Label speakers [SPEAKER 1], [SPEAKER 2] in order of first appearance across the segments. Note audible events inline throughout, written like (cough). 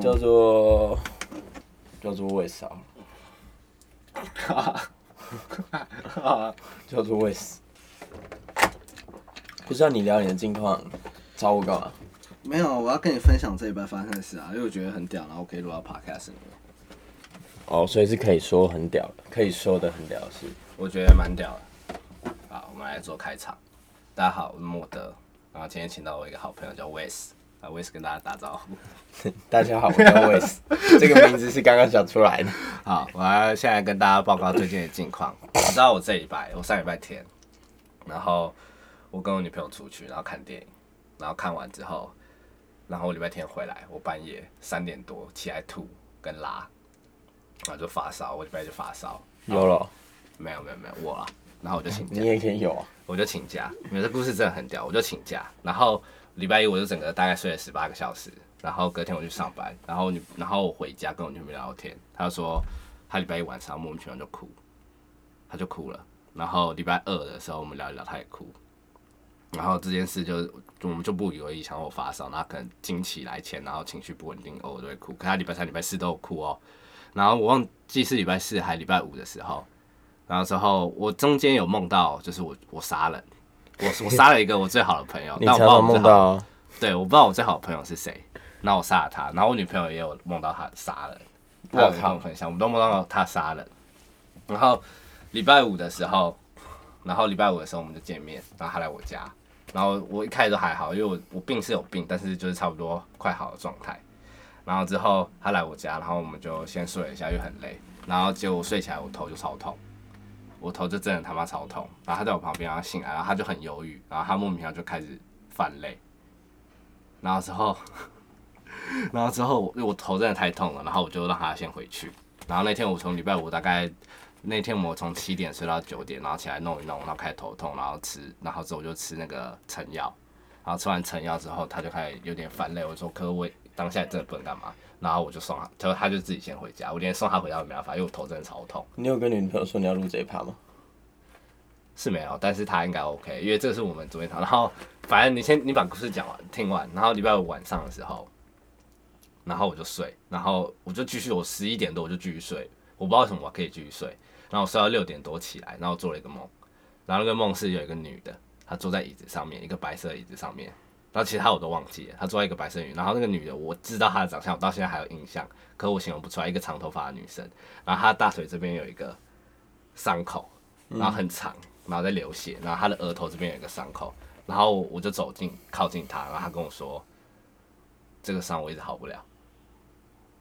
[SPEAKER 1] 叫做叫做为啥？ (laughs) 叫做为啥？不知道你聊你的近况，找我干嘛？
[SPEAKER 2] 没有，我要跟你分享这一半发生的事啊，因为我觉得很屌，然后我可以录到 podcast 里面，
[SPEAKER 1] 哦，所以是可以说很屌的，可以说的很屌的事。
[SPEAKER 2] 我觉得蛮屌的。好，我们来做开场。大家好，我是莫德，然后今天请到我一个好朋友叫 Wes，啊，Wes 跟大家打招呼。
[SPEAKER 1] 大家好，我叫魏 (laughs) 斯，这个名字是刚刚想出来的。
[SPEAKER 2] 好，我要现在跟大家报告最近的近况。你知道我这礼拜，我上礼拜天，然后我跟我女朋友出去，然后看电影，然后看完之后，然后我礼拜天回来，我半夜三点多起来吐跟拉，然后就发烧，我礼拜就发烧，
[SPEAKER 1] 有了，
[SPEAKER 2] 没有没有没有我啦，然后我就请假
[SPEAKER 1] 你，也可以有啊。
[SPEAKER 2] 我就请假，因为这故事真的很屌，我就请假，然后礼拜一我就整个大概睡了十八个小时，然后隔天我去上班，然后你然后我回家跟我女朋友聊天，她说她礼拜一晚上莫名其妙就哭，她就哭了，然后礼拜二的时候我们聊一聊，她也哭，然后这件事就我们就不以为意，想我发烧，然后可能经期来前，然后情绪不稳定，偶尔就哦会哭，可她礼拜三、礼拜四都有哭哦，然后我忘记是礼拜四还礼拜五的时候。然后之后，我中间有梦到，就是我我杀人，我
[SPEAKER 1] (laughs)
[SPEAKER 2] 我杀了一个我最好的朋友，
[SPEAKER 1] 你
[SPEAKER 2] 但我
[SPEAKER 1] 常
[SPEAKER 2] 不知
[SPEAKER 1] 常
[SPEAKER 2] 道我最
[SPEAKER 1] 梦
[SPEAKER 2] 好
[SPEAKER 1] 到啊，
[SPEAKER 2] 对，我不知道我最好的朋友是谁，然后我杀了他，然后我女朋友也有梦到他杀人，她有
[SPEAKER 1] 哇靠
[SPEAKER 2] 跟我分享，我们都梦到他杀人。然后礼拜五的时候，然后礼拜五的时候我们就见面，然后他来我家，然后我一开始都还好，因为我我病是有病，但是就是差不多快好的状态。然后之后他来我家，然后我们就先睡了一下，又很累，然后结果我睡起来我头就超痛，我头就真的他妈超痛。然后他在我旁边，然后醒来，然后他就很忧郁，然后他莫名其妙就开始犯累。然后之后， (laughs) 然后之后我我头真的太痛了，然后我就让他先回去。然后那天我从礼拜五大概那天我从七点睡到九点，然后起来弄一弄，然后开始头痛，然后吃，然后之后我就吃那个成药，然后吃完成药之后他就开始有点犯累，我说可我当下也真的不能干嘛，然后我就送他，他他就自己先回家，我连送他回家都没办法，因为我头真的超痛。
[SPEAKER 1] 你有跟女朋友说你要录这一趴吗？
[SPEAKER 2] 是没有，但是他应该 OK，因为这是我们昨天谈。然后反正你先你把故事讲完听完，然后礼拜五晚上的时候，然后我就睡，然后我就继续，我十一点多我就继续睡，我不知道为什么我可以继续睡，然后我睡到六点多起来，然后我做了一个梦，然后那个梦是有一个女的，她坐在椅子上面，一个白色的椅子上面，然后其他我都忘记了，她坐在一个白色的椅子，然后那个女的我知道她的长相，我到现在还有印象，可我形容不出来，一个长头发的女生，然后她大腿这边有一个伤口，然后很长，然后在流血，然后她的额头这边有一个伤口，然后我就走近靠近她，然后她跟我说，这个伤我一直好不了。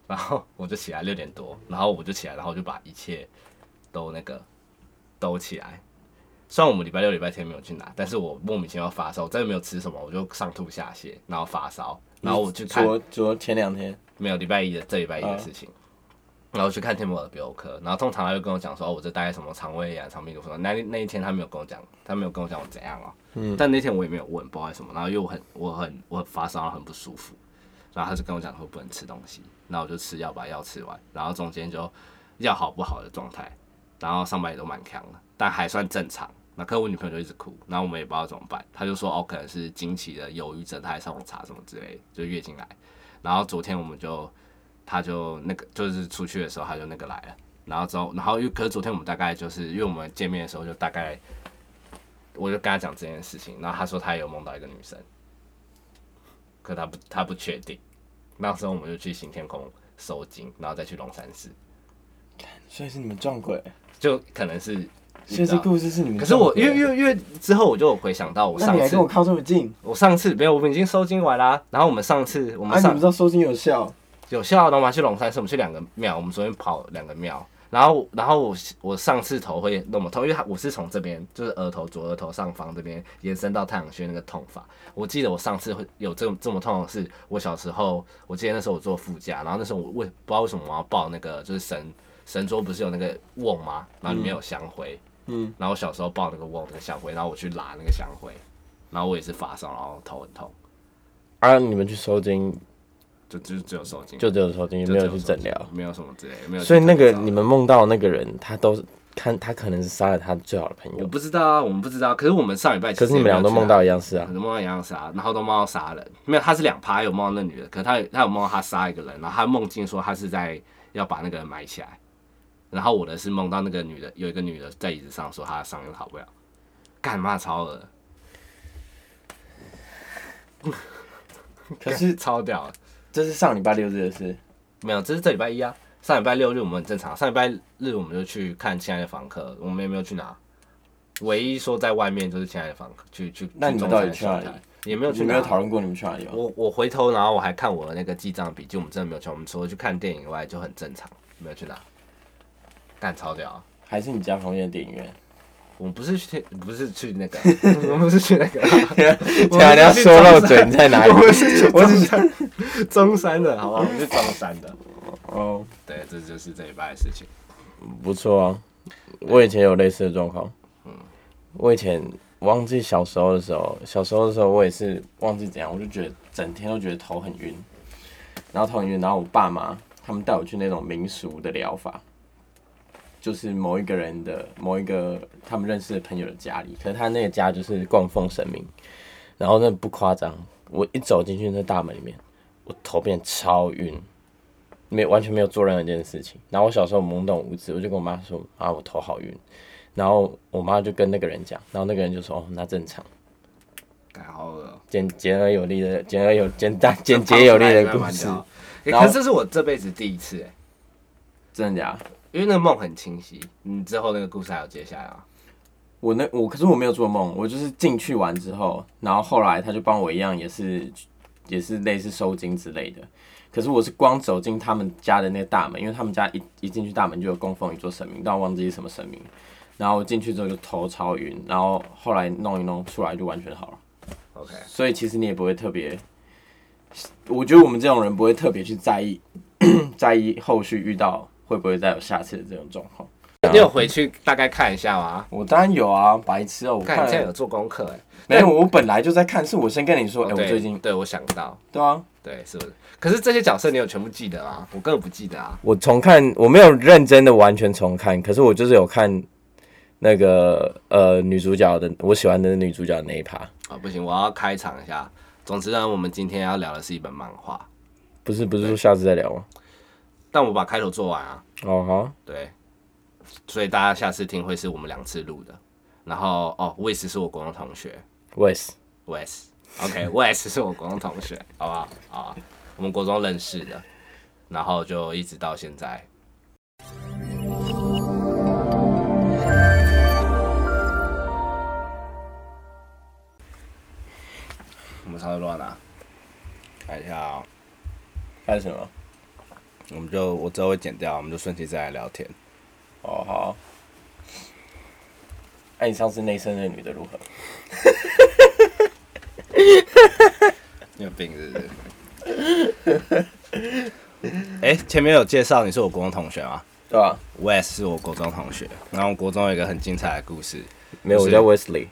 [SPEAKER 2] 然后我就起来六点多，然后我就起来，然后我就把一切都那个兜起来。虽然我们礼拜六、礼拜天没有去拿，但是我莫名其妙发烧，我真的没有吃什么，我就上吐下泻，然后发烧，然后我去看
[SPEAKER 1] 昨昨前两天，
[SPEAKER 2] 没有礼拜一的这礼拜一的事情，然后去看天母耳鼻喉科，然后通常他就跟我讲说，哦，我这大概什么肠胃炎、肠病毒什么，那那一天他没有跟我讲，他没有跟我讲我怎样哦，但那天我也没有问，不知道为什么，然后因为我很我很我很发烧，然后很不舒服，然后他就跟我讲说不能吃东西，那我就吃药把药吃完，然后中间就药好不好的状态，然后上班也都蛮强的，但还算正常。那可是我女朋友就一直哭，然后我们也不知道怎么办，她就说哦，可能是经期的忧郁症，她还上网查什么之类的，就月经来。然后昨天我们就，他就那个就是出去的时候他就那个来了，然后之后，然后因为可是昨天我们大概就是因为我们见面的时候就大概，我就跟他讲这件事情，然后他说他有梦到一个女生，可他不他不确定，那时候我们就去行天宫收金，然后再去龙山寺，
[SPEAKER 1] 所以是你们撞鬼，
[SPEAKER 2] 就可能是，
[SPEAKER 1] 所以这故事是你们
[SPEAKER 2] (laughs) 可是
[SPEAKER 1] 撞
[SPEAKER 2] 我
[SPEAKER 1] 鬼。
[SPEAKER 2] 因为因为因为之后我就有回想到我
[SPEAKER 1] 那
[SPEAKER 2] 上
[SPEAKER 1] 你还
[SPEAKER 2] 次
[SPEAKER 1] 跟我靠这么近，
[SPEAKER 2] 我上次没有我们已经收金完啦、然后我们上次我
[SPEAKER 1] 啊，
[SPEAKER 2] 们
[SPEAKER 1] 你
[SPEAKER 2] 上、
[SPEAKER 1] 们知道收金有效？
[SPEAKER 2] 有效，然后我们还去龙山寺，我们去两个庙，我们昨天跑两个庙，然后然后我我上次头会那么痛，因为它我是从这边就是额头左额头上方这边延伸到太阳穴那个痛法。我记得我上次会有这么这么痛的是，我小时候，我记得那时候我坐副驾，然后那时候我为不知道为什么我要抱那个就是神神桌不是有那个瓮吗？然后里面有香灰，
[SPEAKER 1] 嗯，
[SPEAKER 2] 然后我小时候抱那个瓮那个香灰，然后我去拉那个香灰，然后我也是发烧，然后头很痛，
[SPEAKER 1] 啊，你们去收金
[SPEAKER 2] 就就只有受惊，
[SPEAKER 1] 就只有收金，
[SPEAKER 2] 就
[SPEAKER 1] 没
[SPEAKER 2] 只
[SPEAKER 1] 有去诊
[SPEAKER 2] 手机
[SPEAKER 1] 疗。，
[SPEAKER 2] 没有什么之类的，没有去
[SPEAKER 1] 所以那个
[SPEAKER 2] 诊疗
[SPEAKER 1] 你们梦到的那个人，他都看他可能是杀了他最好的朋
[SPEAKER 2] 我
[SPEAKER 1] 友，
[SPEAKER 2] 不知道啊，我们不知道。可是我们上礼拜其实
[SPEAKER 1] 可是你们
[SPEAKER 2] 也没有
[SPEAKER 1] 俩都
[SPEAKER 2] 去
[SPEAKER 1] 梦
[SPEAKER 2] 哪里，
[SPEAKER 1] 到一样事啊
[SPEAKER 2] 可。能梦到一样杀，然后都梦到杀人。没有，他是两趴，有梦到那女的，可是他有他有梦到他杀一个人，然后他梦境说他是在要把那个人埋起来。然后我的是梦到那个女的，有一个女的在椅子上说她的伤又好不了，干嘛超恶，
[SPEAKER 1] 可是
[SPEAKER 2] 超屌的。
[SPEAKER 1] 这是上礼拜六日的事，
[SPEAKER 2] 没有，这是这礼拜一啊。上礼拜六日我们很正常，上礼拜日我们就去看《亲爱的房客》，我们也没有去哪。唯一说在外面就是《亲爱的房客》去去。
[SPEAKER 1] 那你们
[SPEAKER 2] 中
[SPEAKER 1] 到
[SPEAKER 2] 山
[SPEAKER 1] 底去
[SPEAKER 2] 秀
[SPEAKER 1] 哪里
[SPEAKER 2] 台？也没有去
[SPEAKER 1] 你没
[SPEAKER 2] 哪
[SPEAKER 1] 有讨论过你们去哪里吗？哦
[SPEAKER 2] 我我回头，然后我还看我的那个记账笔记，我们真的没有去，我们除了去看电影以外就很正常，没有去哪。干超屌啊！
[SPEAKER 1] 还是你家旁边的电影 (laughs) 院？
[SPEAKER 2] 我们不是去，不是去那个， (laughs) 我们不是去那个，我
[SPEAKER 1] 天啊，
[SPEAKER 2] 们
[SPEAKER 1] 你要
[SPEAKER 2] 是去
[SPEAKER 1] 说漏
[SPEAKER 2] 中山
[SPEAKER 1] 嘴，你在哪里
[SPEAKER 2] 我？们是去
[SPEAKER 1] (laughs) 我只
[SPEAKER 2] 中山， (laughs) 中山的好不好？我们是中山的。
[SPEAKER 1] (laughs) 哦，
[SPEAKER 2] 对，这就是这礼拜的事情。
[SPEAKER 1] 不错啊，我以前有类似的状况。我以前忘记小时候的时候，小时候的时候我也是忘记怎样，我就觉得整天都觉得头很晕，然后头很晕，然后我爸妈他们带我去那种民俗的疗法，就是某一个人的某一个他们认识的朋友的家里，可是他那个家就是供奉神明，然后那不夸张，我一走进去那大门里面，我头变超晕。没有完全没有做任何一件事情。然后我小时候懵懂无知，我就跟我妈说啊，我头好晕。然后我妈就跟那个人讲，然后那个人就说哦，那正常，
[SPEAKER 2] 干好恶哦
[SPEAKER 1] 简简而有力的，简而有简单简洁有力的故事，
[SPEAKER 2] 欸
[SPEAKER 1] 然后
[SPEAKER 2] 可是这是我这辈子第一次、欸，
[SPEAKER 1] (laughs) 真的假的？
[SPEAKER 2] 因为那个梦很清晰。你之后那个故事还有接下来啊？
[SPEAKER 1] 我那我可是我没有做梦，我就是进去完之后，然后后来他就帮我一样，也是也是类似收金之类的。可是我是光走进他们家的那个大门，因为他们家一一进去大门就有供奉一座神明，但我忘记是什么神明。然后我进去之后就头超晕，然后后来弄一弄出来就完全好了。
[SPEAKER 2] OK，
[SPEAKER 1] 所以其实你也不会特别，我觉得我们这种人不会特别去在意 (clears throat) 在意后续遇到会不会再有下次的这种状况。
[SPEAKER 2] 你有回去大概看一下吗？
[SPEAKER 1] 我当然有啊，白痴哦、我
[SPEAKER 2] 我看
[SPEAKER 1] 看
[SPEAKER 2] 你现在有做功课哎、
[SPEAKER 1] 没有，我本来就在看，是我先跟你说，哎、
[SPEAKER 2] 哦
[SPEAKER 1] 我
[SPEAKER 2] 对
[SPEAKER 1] 最近
[SPEAKER 2] 对我想到，
[SPEAKER 1] 对啊，
[SPEAKER 2] 对，是不是？可是这些角色你有全部记得吗？我根本不记得啊。
[SPEAKER 1] 我重看，我没有认真的完全重看，可是我就是有看那个呃女主角的，我喜欢的女主角那一趴，
[SPEAKER 2] 啊、不行，我要开场一下。总之呢，我们今天要聊的是一本漫画，
[SPEAKER 1] 不是不是说下次再聊吗？
[SPEAKER 2] 但我把开头做完啊。
[SPEAKER 1] 哦好啊，
[SPEAKER 2] 对，所以大家下次听会是我们两次录的。然后哦，魏斯是我国中同学，
[SPEAKER 1] 我也是，
[SPEAKER 2] (laughs) Wes。OK，Wes 是我国中同学，好不好？好啊，我们国中认识的，然后就一直到现在。我们稍微乱啊，看一下哦、
[SPEAKER 1] 干什么？
[SPEAKER 2] 我们就我之后会剪掉，我们就顺其自然地聊天。
[SPEAKER 1] 哦好，哎、你上次内生那女的如何？
[SPEAKER 2] 你有病是不是？ (laughs) 哎、前面有介绍你是我国中同学吗？
[SPEAKER 1] 对吧、啊？
[SPEAKER 2] 我也是我国中同学，然后我国中有一个很精彩的故事，
[SPEAKER 1] 没有，
[SPEAKER 2] 就
[SPEAKER 1] 我
[SPEAKER 2] 是
[SPEAKER 1] 叫 Wesley。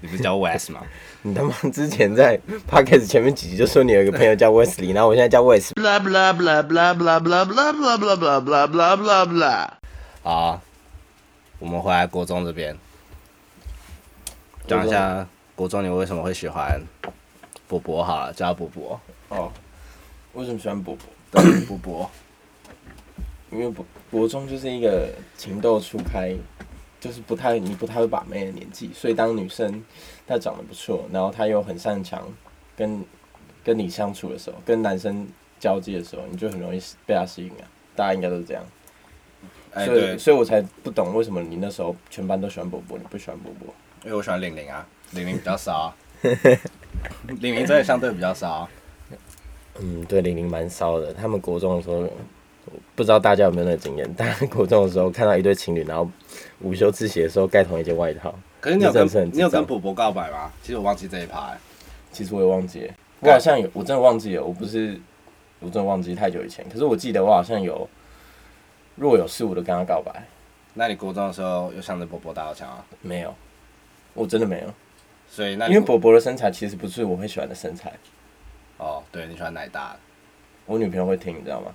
[SPEAKER 2] 你不是 (laughs) 叫 Wes 吗？
[SPEAKER 1] 你他妈之前在 podcast 前面几集就说你有一个朋友叫 Wesley，然后我现在叫 Wes。
[SPEAKER 3] blah blah blah blah blah blah blah blah blah blah blah blah blah blah.
[SPEAKER 2] 好啊，我们回来国中这边，讲一下国中你为什么会喜欢波波好了，叫他波 (coughs) 波，
[SPEAKER 1] 哦，为什么喜欢伯伯？
[SPEAKER 2] 对，波波，
[SPEAKER 1] 因为伯伯中就是一个情窦初开，就是不太你不太会把妹的年纪，所以当女生她长得不错，然后她又很擅长跟跟你相处的时候，跟男生交际的时候，你就很容易被她吸引啊。大家应该都是这样，
[SPEAKER 2] 哎、
[SPEAKER 1] 所
[SPEAKER 2] 对
[SPEAKER 1] 以，所以我才不懂为什么你那时候全班都喜欢伯伯，你不喜欢伯伯。
[SPEAKER 2] 因为我喜欢玲玲啊，玲玲比较骚 (laughs) 啊，玲玲真的相对比较骚啊，
[SPEAKER 1] 嗯，对，玲玲蛮骚的。他们国中的时候，不知道大家有没有那个经验？大家国中的时候看到一对情侣，然后午休自习的时候盖同一件外套，
[SPEAKER 2] 可是你有
[SPEAKER 1] 你真的是很
[SPEAKER 2] 跟
[SPEAKER 1] 智障
[SPEAKER 2] 你有跟波波告白吗？其实我忘记这一趴、欸，
[SPEAKER 1] 其实我也忘记了，我好像有，我真的忘记了，我不是，我真的忘记太久以前。可是我记得我好像有若有似无的跟他告白，
[SPEAKER 2] 那你国中的时候有向着波波打过枪啊？
[SPEAKER 1] 没有，我真的没有，
[SPEAKER 2] 所以那你
[SPEAKER 1] 因为伯伯的身材其实不是我会喜欢的身材，
[SPEAKER 2] 哦，对你喜欢奶大的。
[SPEAKER 1] 我女朋友会听，你知道吗？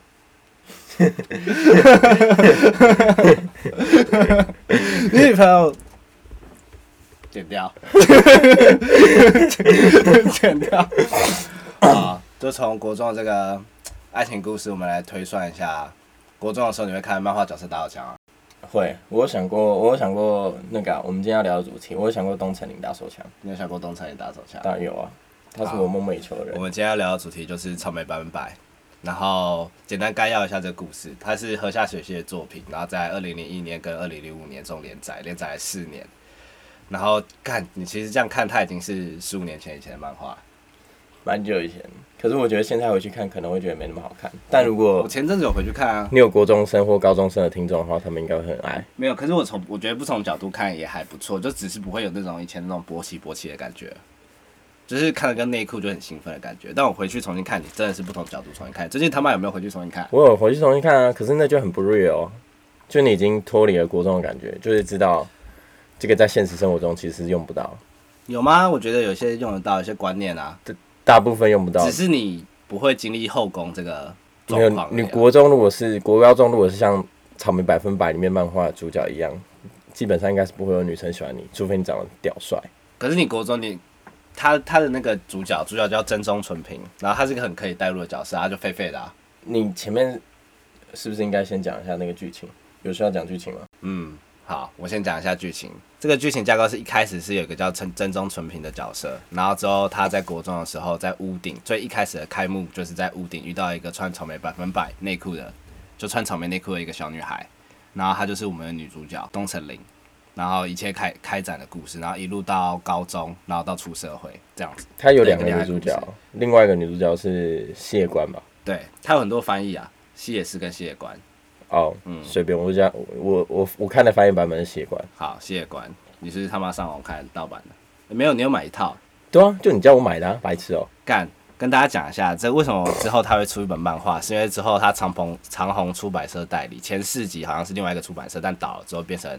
[SPEAKER 2] 你女朋友
[SPEAKER 4] 剪掉。
[SPEAKER 2] (laughs) 剪掉。啊，就从国中的这个爱情故事，我们来推算一下。国中的时候，你会看漫画角色打手枪啊？
[SPEAKER 1] 会，我有想过，我有想过那个啊、我们今天要聊的主题，我有想过东城林打手枪，
[SPEAKER 2] 你有想过东城也打手枪？
[SPEAKER 1] 当然有啊，他是我梦寐以求的
[SPEAKER 2] 我
[SPEAKER 1] 人。
[SPEAKER 2] 们今天要聊的主题就是草莓百分百，然后简单概要一下这个故事，它是河下雪系的作品，然后在二零零一年跟二零零五年中连载，连载了四年。然后看你其实这样看，它已经是十五年前以前的漫画了。
[SPEAKER 1] 蛮久以前，可是我觉得现在回去看可能会觉得没那么好看，但如果
[SPEAKER 2] 我前阵子有回去看啊，
[SPEAKER 1] 你有国中生或高中生的听众的话，他们应该会很爱。
[SPEAKER 2] 没有，可是我从我觉得不同角度看也还不错，就只是不会有那种以前那种勃起勃起的感觉，就是看了跟内裤就很兴奋的感觉。但我回去重新看，你真的是不同角度重新看。最近他妈有没有回去重新看？
[SPEAKER 1] 我有回去重新看啊，可是那就很不 real，啊就你已经脱离了国中的感觉，就是知道这个在现实生活中其实用不到，
[SPEAKER 2] 有吗？我觉得有些用得到，有些观念啊，
[SPEAKER 1] 大部分用不到
[SPEAKER 2] 只。是你不会经历后宫这个
[SPEAKER 1] 没
[SPEAKER 2] 状
[SPEAKER 1] 有，
[SPEAKER 2] 况而已啊。
[SPEAKER 1] 你国中如果是国高中，如果是像《草莓百分百》里面漫画的主角一样，基本上应该是不会有女生喜欢你，除非你长得屌帅。
[SPEAKER 2] 可是你国中你。他他的那个主角，主角叫真宗纯平，然后他是一个很可以带入的角色，他就废废的、啊，
[SPEAKER 1] 你前面是不是应该先讲一下那个剧情？有需要讲剧情吗？
[SPEAKER 2] 嗯，好，我先讲一下剧情。这个剧情架构是一开始是有一个叫真真宗纯平的角色，然后之后他在国中的时候在屋顶，最一开始的开幕就是在屋顶遇到一个穿草莓百分百内裤的，就穿草莓内裤的一个小女孩，然后她就是我们的女主角东城绫，然后一切开开展的故事，然后一路到高中，然后到出社会这样子。
[SPEAKER 1] 她有两个女主角，另外一个女主角是谢官吧？
[SPEAKER 2] 对，它有很多翻译啊，西野寺跟西野关。
[SPEAKER 1] 哦，随便，我就讲我我我看的翻译版本是谢官。
[SPEAKER 2] 好，西野关，你是他妈上网看盗版的？没有，你有买一套。
[SPEAKER 1] 对啊，就你叫我买的、啊，白痴哦、
[SPEAKER 2] 干，跟大家讲一下，这为什么之后他会出一本漫画，是因为之后他长鹏长虹出版社代理，前四集好像是另外一个出版社，但倒了之后变成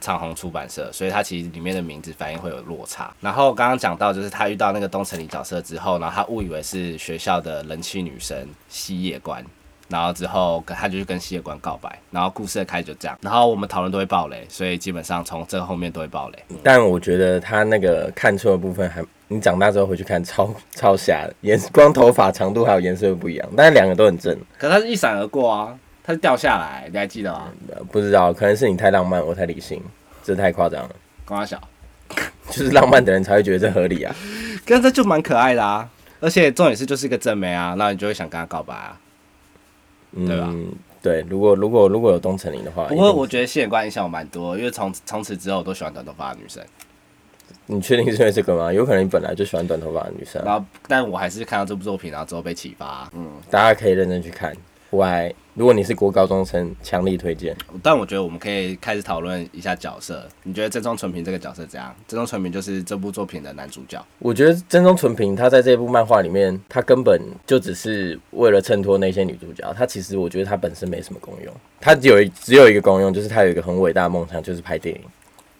[SPEAKER 2] 长虹出版社，所以它其实里面的名字反应会有落差。然后刚刚讲到，就是他遇到那个东城里角色之后，然后他误以为是学校的人气女神西野关。然后之后跟他就去跟西野关告白，然后故事的开始就这样。然后我们讨论都会爆雷，所以基本上从这后面都会爆雷。
[SPEAKER 1] 但我觉得他那个看错的部分还，你长大之后回去看 (laughs) 超超瞎的，颜光头发长度还有颜色不一样，但是两个都很正。
[SPEAKER 2] 可它是一闪而过啊，它是掉下来，你还记得吗？
[SPEAKER 1] 呃不知道，可能是你太浪漫，我太理性，这太夸张了。
[SPEAKER 2] 光小。
[SPEAKER 1] 就是浪漫的人才会觉得这合理啊。
[SPEAKER 2] 跟这就蛮可爱的啊。而且重点是就是一个正妹啊，那你就会想跟她告白啊。
[SPEAKER 1] 嗯，
[SPEAKER 2] 对吧啊
[SPEAKER 1] 对如果如果如果有东城林的话，
[SPEAKER 2] 不
[SPEAKER 1] 一
[SPEAKER 2] 过
[SPEAKER 1] 定
[SPEAKER 2] 我觉得谢眼观影响我蛮多，因为从从此之后我都喜欢短头发的女生。
[SPEAKER 1] 你确定是因为这个吗？有可能你本来就喜欢短头发的女生啊、
[SPEAKER 2] 然后，但我还是看到这部作品，然后之后被启发、嗯，
[SPEAKER 1] 大家可以认真去看。我还，如果你是国高中生，强力推荐。
[SPEAKER 2] 但我觉得我们可以开始讨论一下角色。你觉得真宗纯平这个角色怎样？真宗纯平就是这部作品的男主角。
[SPEAKER 1] 我觉得真宗纯平他在这部漫画里面，他根本就只是为了衬托那些女主角。他其实我觉得他本身没什么功用，他只有一只有一个功用，就是他有一个很伟大的梦想，就是拍电影。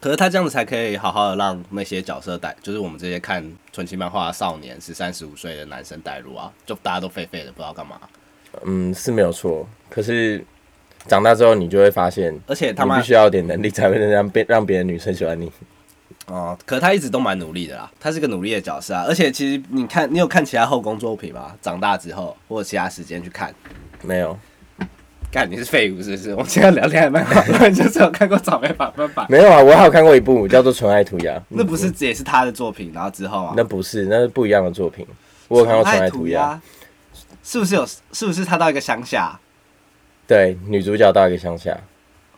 [SPEAKER 2] 可是他这样子才可以好好的让那些角色带，就是我们这些看纯情漫画的少年十三十五岁的男生带入啊，就大家都废废的，不知道干嘛。
[SPEAKER 1] 嗯，是没有错。可是长大之后，你就会发现，
[SPEAKER 2] 而且他
[SPEAKER 1] 你
[SPEAKER 2] 妈
[SPEAKER 1] 必须要有点能力才会让别让别的女生喜欢你。
[SPEAKER 2] 哦，可他一直都蛮努力的啦，他是个努力的角色啊。而且其实你看，你有看其他后宫作品吗？长大之后或者其他时间去看，
[SPEAKER 1] 没有，
[SPEAKER 2] 干你是废物是不是？我们今天聊恋爱漫画，不然就是有看过《草莓百分百》，
[SPEAKER 1] 没有啊！我还有看过一部叫做《纯爱涂鸦》，
[SPEAKER 2] 那不是也是他的作品，然后之后啊，
[SPEAKER 1] 那不是，那是不一样的作品。我有看过《纯爱涂
[SPEAKER 2] 啊
[SPEAKER 1] 鸦》，
[SPEAKER 2] 是不是有？是不是他到一个乡下，
[SPEAKER 1] 对，女主角到一个乡下，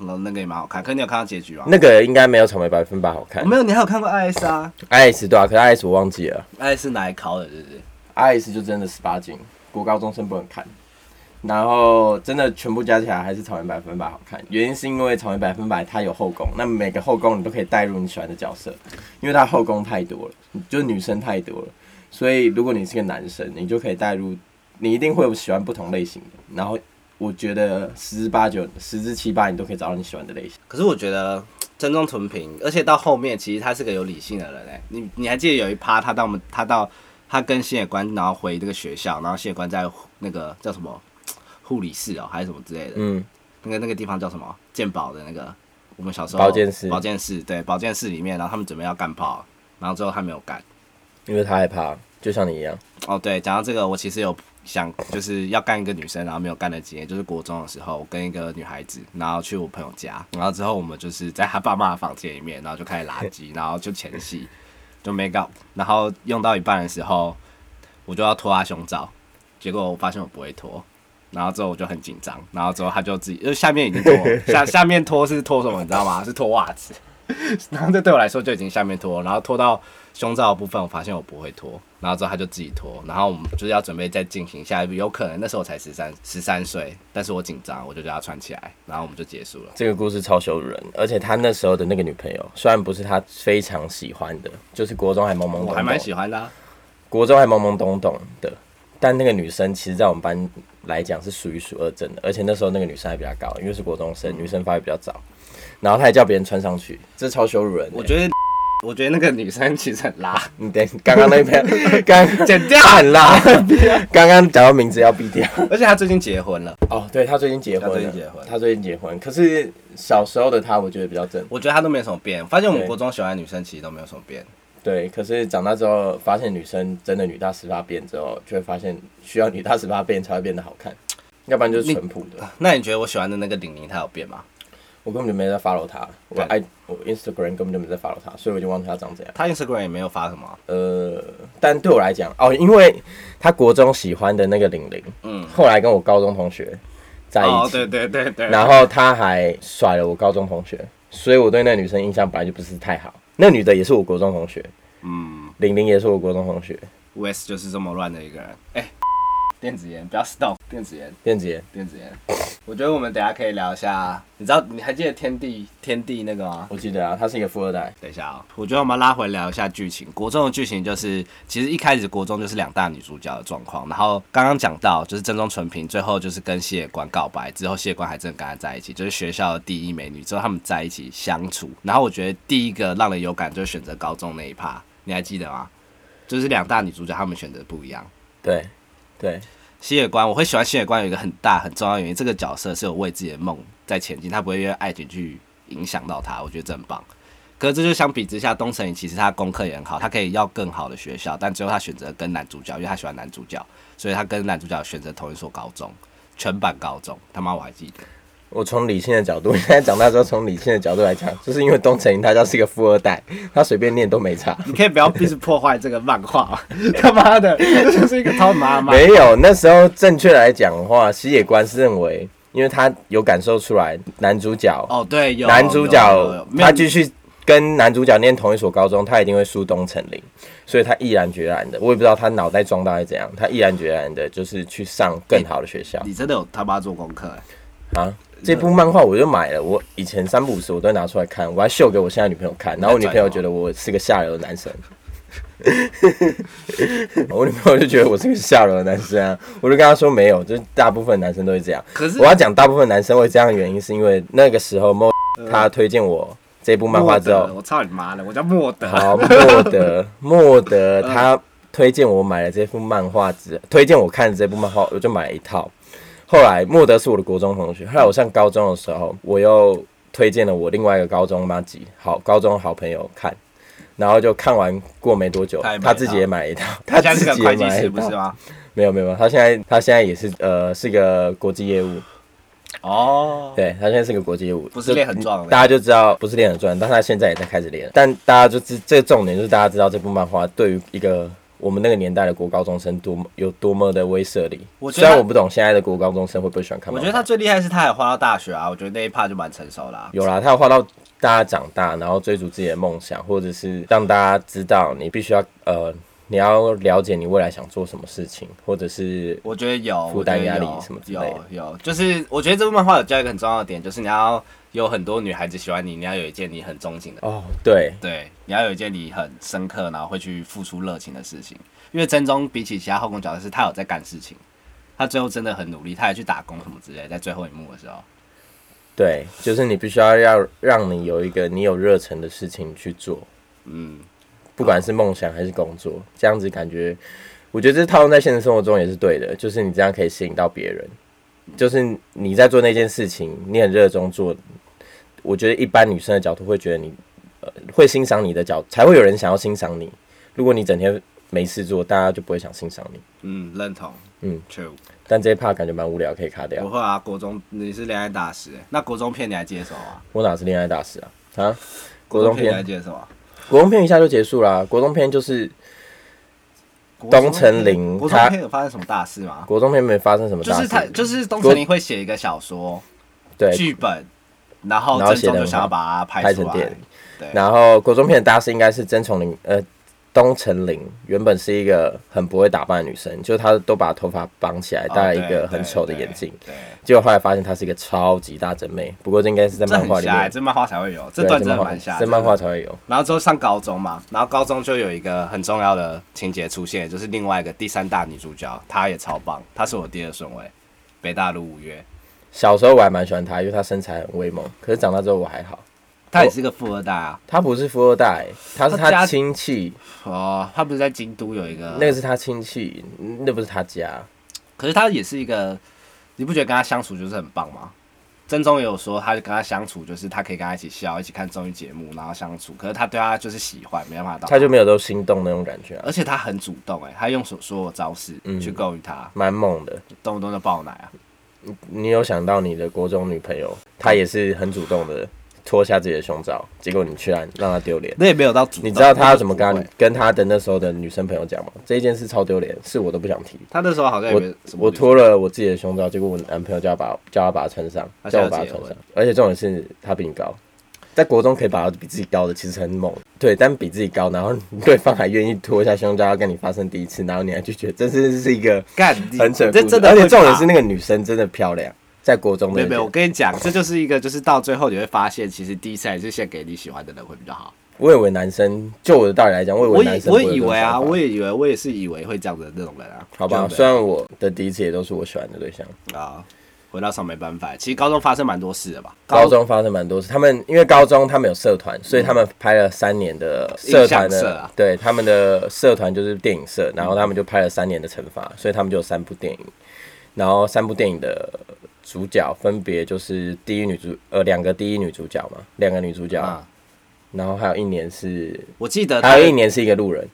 [SPEAKER 2] 然后那个也蛮好看？可你有看到结局吗？
[SPEAKER 1] 那个应该没有《草莓百分百》好看
[SPEAKER 2] 哦。没有，你还有看过《爱斯》啊？
[SPEAKER 1] 爱死对啊，可是爱死我忘记了。
[SPEAKER 2] 《爱是拿来考的，是不是？
[SPEAKER 1] 爱死就真的十八禁，国高中生不能看。然后真的全部加起来还是《草莓百分百》好看，原因是因为《草莓百分百》它有后宫，那每个后宫你都可以带入你喜欢的角色，因为它后宫太多了，就是女生太多了，所以如果你是个男生，你就可以带入，你一定会有喜欢不同类型的。然后我觉得十之八九、十之七八，你都可以找到你喜欢的类型。
[SPEAKER 2] 可是我觉得真宗纯平，而且到后面其实他是个有理性的人哎、你你还记得有一趴他到我们他到他跟谢野官然后回这个学校，然后谢野官在那个叫什么护理室哦，还是什么之类的。
[SPEAKER 1] 嗯，
[SPEAKER 2] 那个那个地方叫什么？健保的那个，我们小时候
[SPEAKER 1] 保健室
[SPEAKER 2] 保健室对，保健室里面，然后他们准备要干炮，然后最后他没有干。
[SPEAKER 1] 因为他害怕，就像你一样。
[SPEAKER 2] 哦，对，讲到这个，我其实有想就是要干一个女生，然后没有干的经验，就是国中的时候，我跟一个女孩子，然后去我朋友家，然后之后我们就是在她爸妈的房间里面，然后就开始拉鸡，然后就前戏，就没搞，然后用到一半的时候，我就要脱她胸罩，结果我发现我不会脱。然后之后我就很紧张，然后之后她就自己，因为下面已经脱了下下面脱是脱什么，你知道吗？是脱袜子。 (laughs) 然后这对我来说就已经下面脱，然后脱到胸罩的部分，我发现我不会脱，然后之后他就自己脱，然后我们就是要准备再进行下一步，有可能那时候我才十三十三岁，但是我紧张，我就叫他穿起来，然后我们就结束了。
[SPEAKER 1] 这个故事超羞辱人，而且他那时候的那个女朋友，虽然不是他非常喜欢的，就是国中还懵懵懂懂，
[SPEAKER 2] 我还蛮喜欢的啊、
[SPEAKER 1] 国中还懵懵懂懂的，但那个女生其实，在我们班来讲是数一数二正的，而且那时候那个女生还比较高，因为是国中生，女生发育比较早，然后她还叫别人穿上去，这超羞辱人的、
[SPEAKER 2] 我觉得，我觉得那个女生其实很拉，
[SPEAKER 1] 你等刚刚那边， (laughs) 刚刚
[SPEAKER 2] (laughs) 剪掉
[SPEAKER 1] 很拉，刚刚讲到名字要毙掉。
[SPEAKER 2] 而且她最近结婚了，
[SPEAKER 1] 哦，对，她最近结婚了，
[SPEAKER 2] 她最近结婚
[SPEAKER 1] 她最近结婚。可是小时候的她，我觉得比较正。
[SPEAKER 2] 我觉得她都没什么变，发现我们
[SPEAKER 1] 对
[SPEAKER 2] 国中喜欢的女生其实都没有什么变。
[SPEAKER 1] 对，可是长大之后发现女生真的女大十八变之后，就会发现需要女大十八变才会变得好看，要不然就是淳朴的。
[SPEAKER 2] 那你觉得我喜欢的那个玲玲她有变吗？
[SPEAKER 1] 我根本就没在 follow 她，我
[SPEAKER 2] 对
[SPEAKER 1] 爱我 Instagram 根本就没在 follow 她，所以我就忘记她长怎样。
[SPEAKER 2] 她 Instagram 也没有发什么，啊
[SPEAKER 1] 呃，但对我来讲，哦，因为她国中喜欢的那个玲玲，
[SPEAKER 2] 嗯，
[SPEAKER 1] 后来跟我高中同学在一起，
[SPEAKER 2] 哦，对对对对，
[SPEAKER 1] 然后她还甩了我高中同学，所以我对那女生印象本来就不是太好。那女的也是我国中同学，
[SPEAKER 2] 嗯
[SPEAKER 1] 玲玲也是我国中同学，
[SPEAKER 2] ，West 就是这么乱的一个人，哎、电子烟不要 stop，电子烟。
[SPEAKER 1] 电子烟。
[SPEAKER 2] 电子烟。我觉得我们等一下可以聊一下，你知道你还记得天地天地那个吗？
[SPEAKER 1] 我记得啊，她是一个富二代。
[SPEAKER 2] 等一下啊、我觉得我们拉回聊一下剧情。国中的剧情就是，其实一开始国中就是两大女主角的状况，然后刚刚讲到就是真宗纯平最后就是跟谢官告白之后，谢官还真的跟她在一起，就是学校的第一美女。之后他们在一起相处，然后我觉得第一个让人有感就是选择高中那一趴，你还记得吗？就是两大女主角她们选择不一样。
[SPEAKER 1] 对，对，
[SPEAKER 2] 吸血官，我会喜欢吸血官有一个很大很重要的原因，这个角色是有为自己的梦在前进，他不会因为爱情去影响到他，我觉得这很棒。可是这就相比之下，东城其实他功课也很好，他可以要更好的学校，但最后他选择跟男主角，因为他喜欢男主角，所以他跟男主角选择同一所高中，全版高中。他妈我还记得，
[SPEAKER 1] 我从理性的角度，现 (laughs) 在长大之后从理性的角度来讲，就是因为东城他就是一个富二代，他随便念都没差。
[SPEAKER 2] 你可以不要一直破坏这个漫画 (laughs) 吗，他妈的，这就是一个他妈妈。
[SPEAKER 1] 没有，那时候正确来讲的话，西野官是认为，因为他有感受出来男主角，
[SPEAKER 2] 哦，对，有
[SPEAKER 1] 男主
[SPEAKER 2] 有有有
[SPEAKER 1] 角
[SPEAKER 2] 没有
[SPEAKER 1] 他继续跟男主角念同一所高中，他一定会输东城林，所以他毅然决然的，我也不知道他脑袋装大是怎样，他毅然决然的就是去上更好的学校。
[SPEAKER 2] 你真的有他妈做功课、欸
[SPEAKER 1] 啊，这部漫画我就买了，我以前三不五时我都会拿出来看，我还秀给我现在女朋友看，然后我女朋友觉得我是个下流的男生。 (laughs) 我女朋友就觉得我是个下流的男生啊，我就跟她说没有，就是大部分男生都会这样。
[SPEAKER 2] 可是
[SPEAKER 1] 我要讲大部分男生会这样的原因，是因为那个时候莫他推荐我这部漫画之
[SPEAKER 2] 莫
[SPEAKER 1] 后
[SPEAKER 2] 德，我操你妈呃的，我叫莫德。
[SPEAKER 1] 好，莫
[SPEAKER 2] (laughs)
[SPEAKER 1] 德，莫德
[SPEAKER 2] 嗯
[SPEAKER 1] 他推荐我买了这幅漫画之，推荐我看这部漫画，我就买了一套。后来莫德是我的国中同学，后来我上高中的时候，我又推荐了我另外一个高中妈吉好高中好朋友看，然后就看完过没多久
[SPEAKER 2] 他也买，了
[SPEAKER 1] 他自己也买了一套，
[SPEAKER 2] 他
[SPEAKER 1] 他
[SPEAKER 2] 现在
[SPEAKER 1] 自
[SPEAKER 2] 是个
[SPEAKER 1] 己也
[SPEAKER 2] 会计
[SPEAKER 1] 买了
[SPEAKER 2] 师，
[SPEAKER 1] 一
[SPEAKER 2] 不
[SPEAKER 1] 套，
[SPEAKER 2] 是吗？
[SPEAKER 1] 没有没有没有，他现在他现在也是呃是个国际业务，
[SPEAKER 2] 哦，
[SPEAKER 1] 对他现在是个国际业务，
[SPEAKER 2] 不是练很壮的
[SPEAKER 1] 大家就知道不是练很壮，但他现在也在开始练。但大家就知这个重点就是大家知道这部漫画对于一个我们那个年代的国高中生多么有多么的威慑力。
[SPEAKER 2] 我觉
[SPEAKER 1] 虽
[SPEAKER 2] 得他
[SPEAKER 1] 然我不懂现在的国高中生会不会喜欢看
[SPEAKER 2] 我
[SPEAKER 1] 漫
[SPEAKER 2] 觉
[SPEAKER 1] 画，
[SPEAKER 2] 得他最厉害是他还花到大学啊，我觉得那一趴就蛮成熟啊啦、
[SPEAKER 1] 有啦，他有画到大家长大，然后追逐自己的梦想，或者是让大家知道你必须要呃你要了解你未来想做什么事情，或者是
[SPEAKER 2] 我觉得有
[SPEAKER 1] 负担
[SPEAKER 2] 我觉得
[SPEAKER 1] 压力
[SPEAKER 2] 有
[SPEAKER 1] 什么之类的
[SPEAKER 2] 有有，就是我觉得这部漫画有教一个很重要的点，就是你要有很多女孩子喜欢你，你要有一件你很钟情的，
[SPEAKER 1] 哦对
[SPEAKER 2] 对，你要有一件你很深刻，然后会去付出热情的事情。因为真宗比起其他后宫角色是，他有在干事情，他最后真的很努力，他也去打工什么之类的，在最后一幕的时候。
[SPEAKER 1] 对，就是你必须要要让你有一个你有热忱的事情去做。
[SPEAKER 2] 嗯，
[SPEAKER 1] 不管是梦想还是工作，这样子感觉，我觉得这套用在现实生活中也是对的，就是你这样可以吸引到别人，就是你在做那件事情，你很热衷做，我觉得一般女生的角度会觉得你，呃，会欣赏你的角，才会有人想要欣赏你。如果你整天没事做，大家就不会想欣赏你。
[SPEAKER 2] 嗯，认同，
[SPEAKER 1] 嗯
[SPEAKER 2] ，true。
[SPEAKER 1] 但这一 part 感觉蛮无聊，可以卡掉
[SPEAKER 2] 不。会啊，国中你是恋爱大师，欸那国中片你还接受啊？
[SPEAKER 1] 我哪是恋爱大师啊？啊，国中
[SPEAKER 2] 片你还
[SPEAKER 1] 片，
[SPEAKER 2] 接受啊？
[SPEAKER 1] 国中片一下就结束啦。国中片就是
[SPEAKER 2] 国中
[SPEAKER 1] 东城林
[SPEAKER 2] 片国中
[SPEAKER 1] 他
[SPEAKER 2] 片有发生什么大事吗？
[SPEAKER 1] 国中片没发生什么
[SPEAKER 2] 就
[SPEAKER 1] 大事，
[SPEAKER 2] 是他，就是东城林会写一个小说
[SPEAKER 1] 对，
[SPEAKER 2] 剧本，然后
[SPEAKER 1] 然后
[SPEAKER 2] 郑
[SPEAKER 1] 写得
[SPEAKER 2] 重就
[SPEAKER 1] 很
[SPEAKER 2] 想要
[SPEAKER 1] 好
[SPEAKER 2] 把它拍
[SPEAKER 1] 拍
[SPEAKER 2] 出
[SPEAKER 1] 成电
[SPEAKER 2] 来
[SPEAKER 1] 影。
[SPEAKER 2] 对，
[SPEAKER 1] 然后国中片的大师应该是曾崇林，呃，东城林原本是一个很不会打扮的女生，就是她都把头发绑起来，
[SPEAKER 2] 哦
[SPEAKER 1] 戴一个
[SPEAKER 2] 对
[SPEAKER 1] 很
[SPEAKER 2] 对
[SPEAKER 1] 丑的
[SPEAKER 2] 对
[SPEAKER 1] 眼镜，
[SPEAKER 2] 对，
[SPEAKER 1] 结果后来发现她是一个超级大整妹。不过这应该是在
[SPEAKER 2] 这
[SPEAKER 1] 漫画
[SPEAKER 2] 很
[SPEAKER 1] 里
[SPEAKER 2] 瞎欸，
[SPEAKER 1] 面，
[SPEAKER 2] 这漫画才会有，这
[SPEAKER 1] 对
[SPEAKER 2] 段
[SPEAKER 1] 在
[SPEAKER 2] 真
[SPEAKER 1] 漫
[SPEAKER 2] 的蛮
[SPEAKER 1] 画
[SPEAKER 2] 瞎。
[SPEAKER 1] 在漫画才会有。
[SPEAKER 2] 然后之后上高中嘛，然后高中就有一个很重要的情节出现，就是另外一个第三大女主角，她也超棒，她是我第二顺位，北大陆五月，
[SPEAKER 1] 小时候我还蛮喜欢她，因为她身材很威猛。可是长大之后我还好。
[SPEAKER 2] 她也是个富二代啊。
[SPEAKER 1] 她不是富二代，她是
[SPEAKER 2] 她家
[SPEAKER 1] 她亲戚，
[SPEAKER 2] 哦，她不是在京都有一个，
[SPEAKER 1] 那个是她亲戚，嗯那不是她家。
[SPEAKER 2] 可是她也是一个，你不觉得跟她相处就是很棒吗？曾宗也有说，她跟她相处就是她可以跟她一起笑，一起看综艺节目，然后相处。可是她对她就是喜欢，没办法到。
[SPEAKER 1] 她就没有都心动那种感觉、啊
[SPEAKER 2] 而，且她很主动、欸，哎，她用所所有招式去勾引她，
[SPEAKER 1] 蛮猛的。
[SPEAKER 2] 动不动就爆奶啊。
[SPEAKER 1] 你有想到你的国中女朋友，她也是很主动的脱下自己的胸罩，结果你居然让她丢脸。
[SPEAKER 2] 那也没有到主动。欸
[SPEAKER 1] 你知道她要怎么跟
[SPEAKER 2] 不
[SPEAKER 1] 她
[SPEAKER 2] 会
[SPEAKER 1] 跟她的那时候的女生朋友讲吗？这一件事超丢脸，是我都不想提。
[SPEAKER 2] 他那时候好像也
[SPEAKER 1] 我
[SPEAKER 2] 没什么
[SPEAKER 1] 我
[SPEAKER 2] 女
[SPEAKER 1] 脱了我自己的胸罩，结果我男朋友叫她把叫她把它穿上，
[SPEAKER 2] 他
[SPEAKER 1] 叫我
[SPEAKER 2] 现在
[SPEAKER 1] 把它
[SPEAKER 2] 结
[SPEAKER 1] 穿
[SPEAKER 2] 婚
[SPEAKER 1] 上。而且重点是她比你高，在国中可以把比自己高的其实很猛，对，但比自己高，然后对方还愿意脱下胸罩要跟你发生第一次，然后你还拒绝，这真是一个
[SPEAKER 2] 干，你
[SPEAKER 1] 很扯
[SPEAKER 2] 这
[SPEAKER 1] 故事
[SPEAKER 2] 真的
[SPEAKER 1] 而
[SPEAKER 2] 会
[SPEAKER 1] 且重点
[SPEAKER 2] 怕
[SPEAKER 1] 是那个女生真的漂亮，在国中
[SPEAKER 2] 没
[SPEAKER 1] 的
[SPEAKER 2] 有没有，我跟你讲，这就是一个，就是到最后你会发现，其实第一次还是献给你喜欢的人会比较好。
[SPEAKER 1] 我以为男生，就我的道理来讲，我以
[SPEAKER 2] 我
[SPEAKER 1] 为男
[SPEAKER 2] 以
[SPEAKER 1] 生
[SPEAKER 2] 我
[SPEAKER 1] 不会
[SPEAKER 2] 以
[SPEAKER 1] 有这种
[SPEAKER 2] 为
[SPEAKER 1] 想
[SPEAKER 2] 啊，
[SPEAKER 1] 法
[SPEAKER 2] 我也以为，我也是以为会这样的那种人啊。
[SPEAKER 1] 好吧，
[SPEAKER 2] 就
[SPEAKER 1] 虽然我的第一次也都是我喜欢的对象，
[SPEAKER 2] 啊，回到上没办法，其实高中发生蛮多事的吧？
[SPEAKER 1] 高中发生蛮多事。他们因为高中他们有社团，所以他们拍了三年的社团
[SPEAKER 2] 嗯印象社
[SPEAKER 1] 的，
[SPEAKER 2] 啊
[SPEAKER 1] 对他们的社团就是电影社，然后他们就拍了三年的惩罚，所以他们就有三部电影，然后三部电影的主角分别就是第一女主呃两个第一女主角嘛，两个女主角，
[SPEAKER 2] 啊，
[SPEAKER 1] 然后还有一年是
[SPEAKER 2] 我记得他
[SPEAKER 1] 还有一年是一个路人。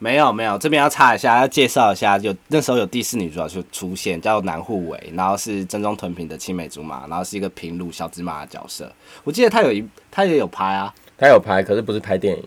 [SPEAKER 2] 没有没有，这边要插一下，要介绍一下，有那时候有第四女主角就出现，叫南户唯，然后是真宗屯平的青梅竹马，然后是一个平鲁小芝麻的角色。我记得她
[SPEAKER 1] (laughs)
[SPEAKER 2] 有一，她也有拍啊，
[SPEAKER 1] 他有拍，可是不是拍电影，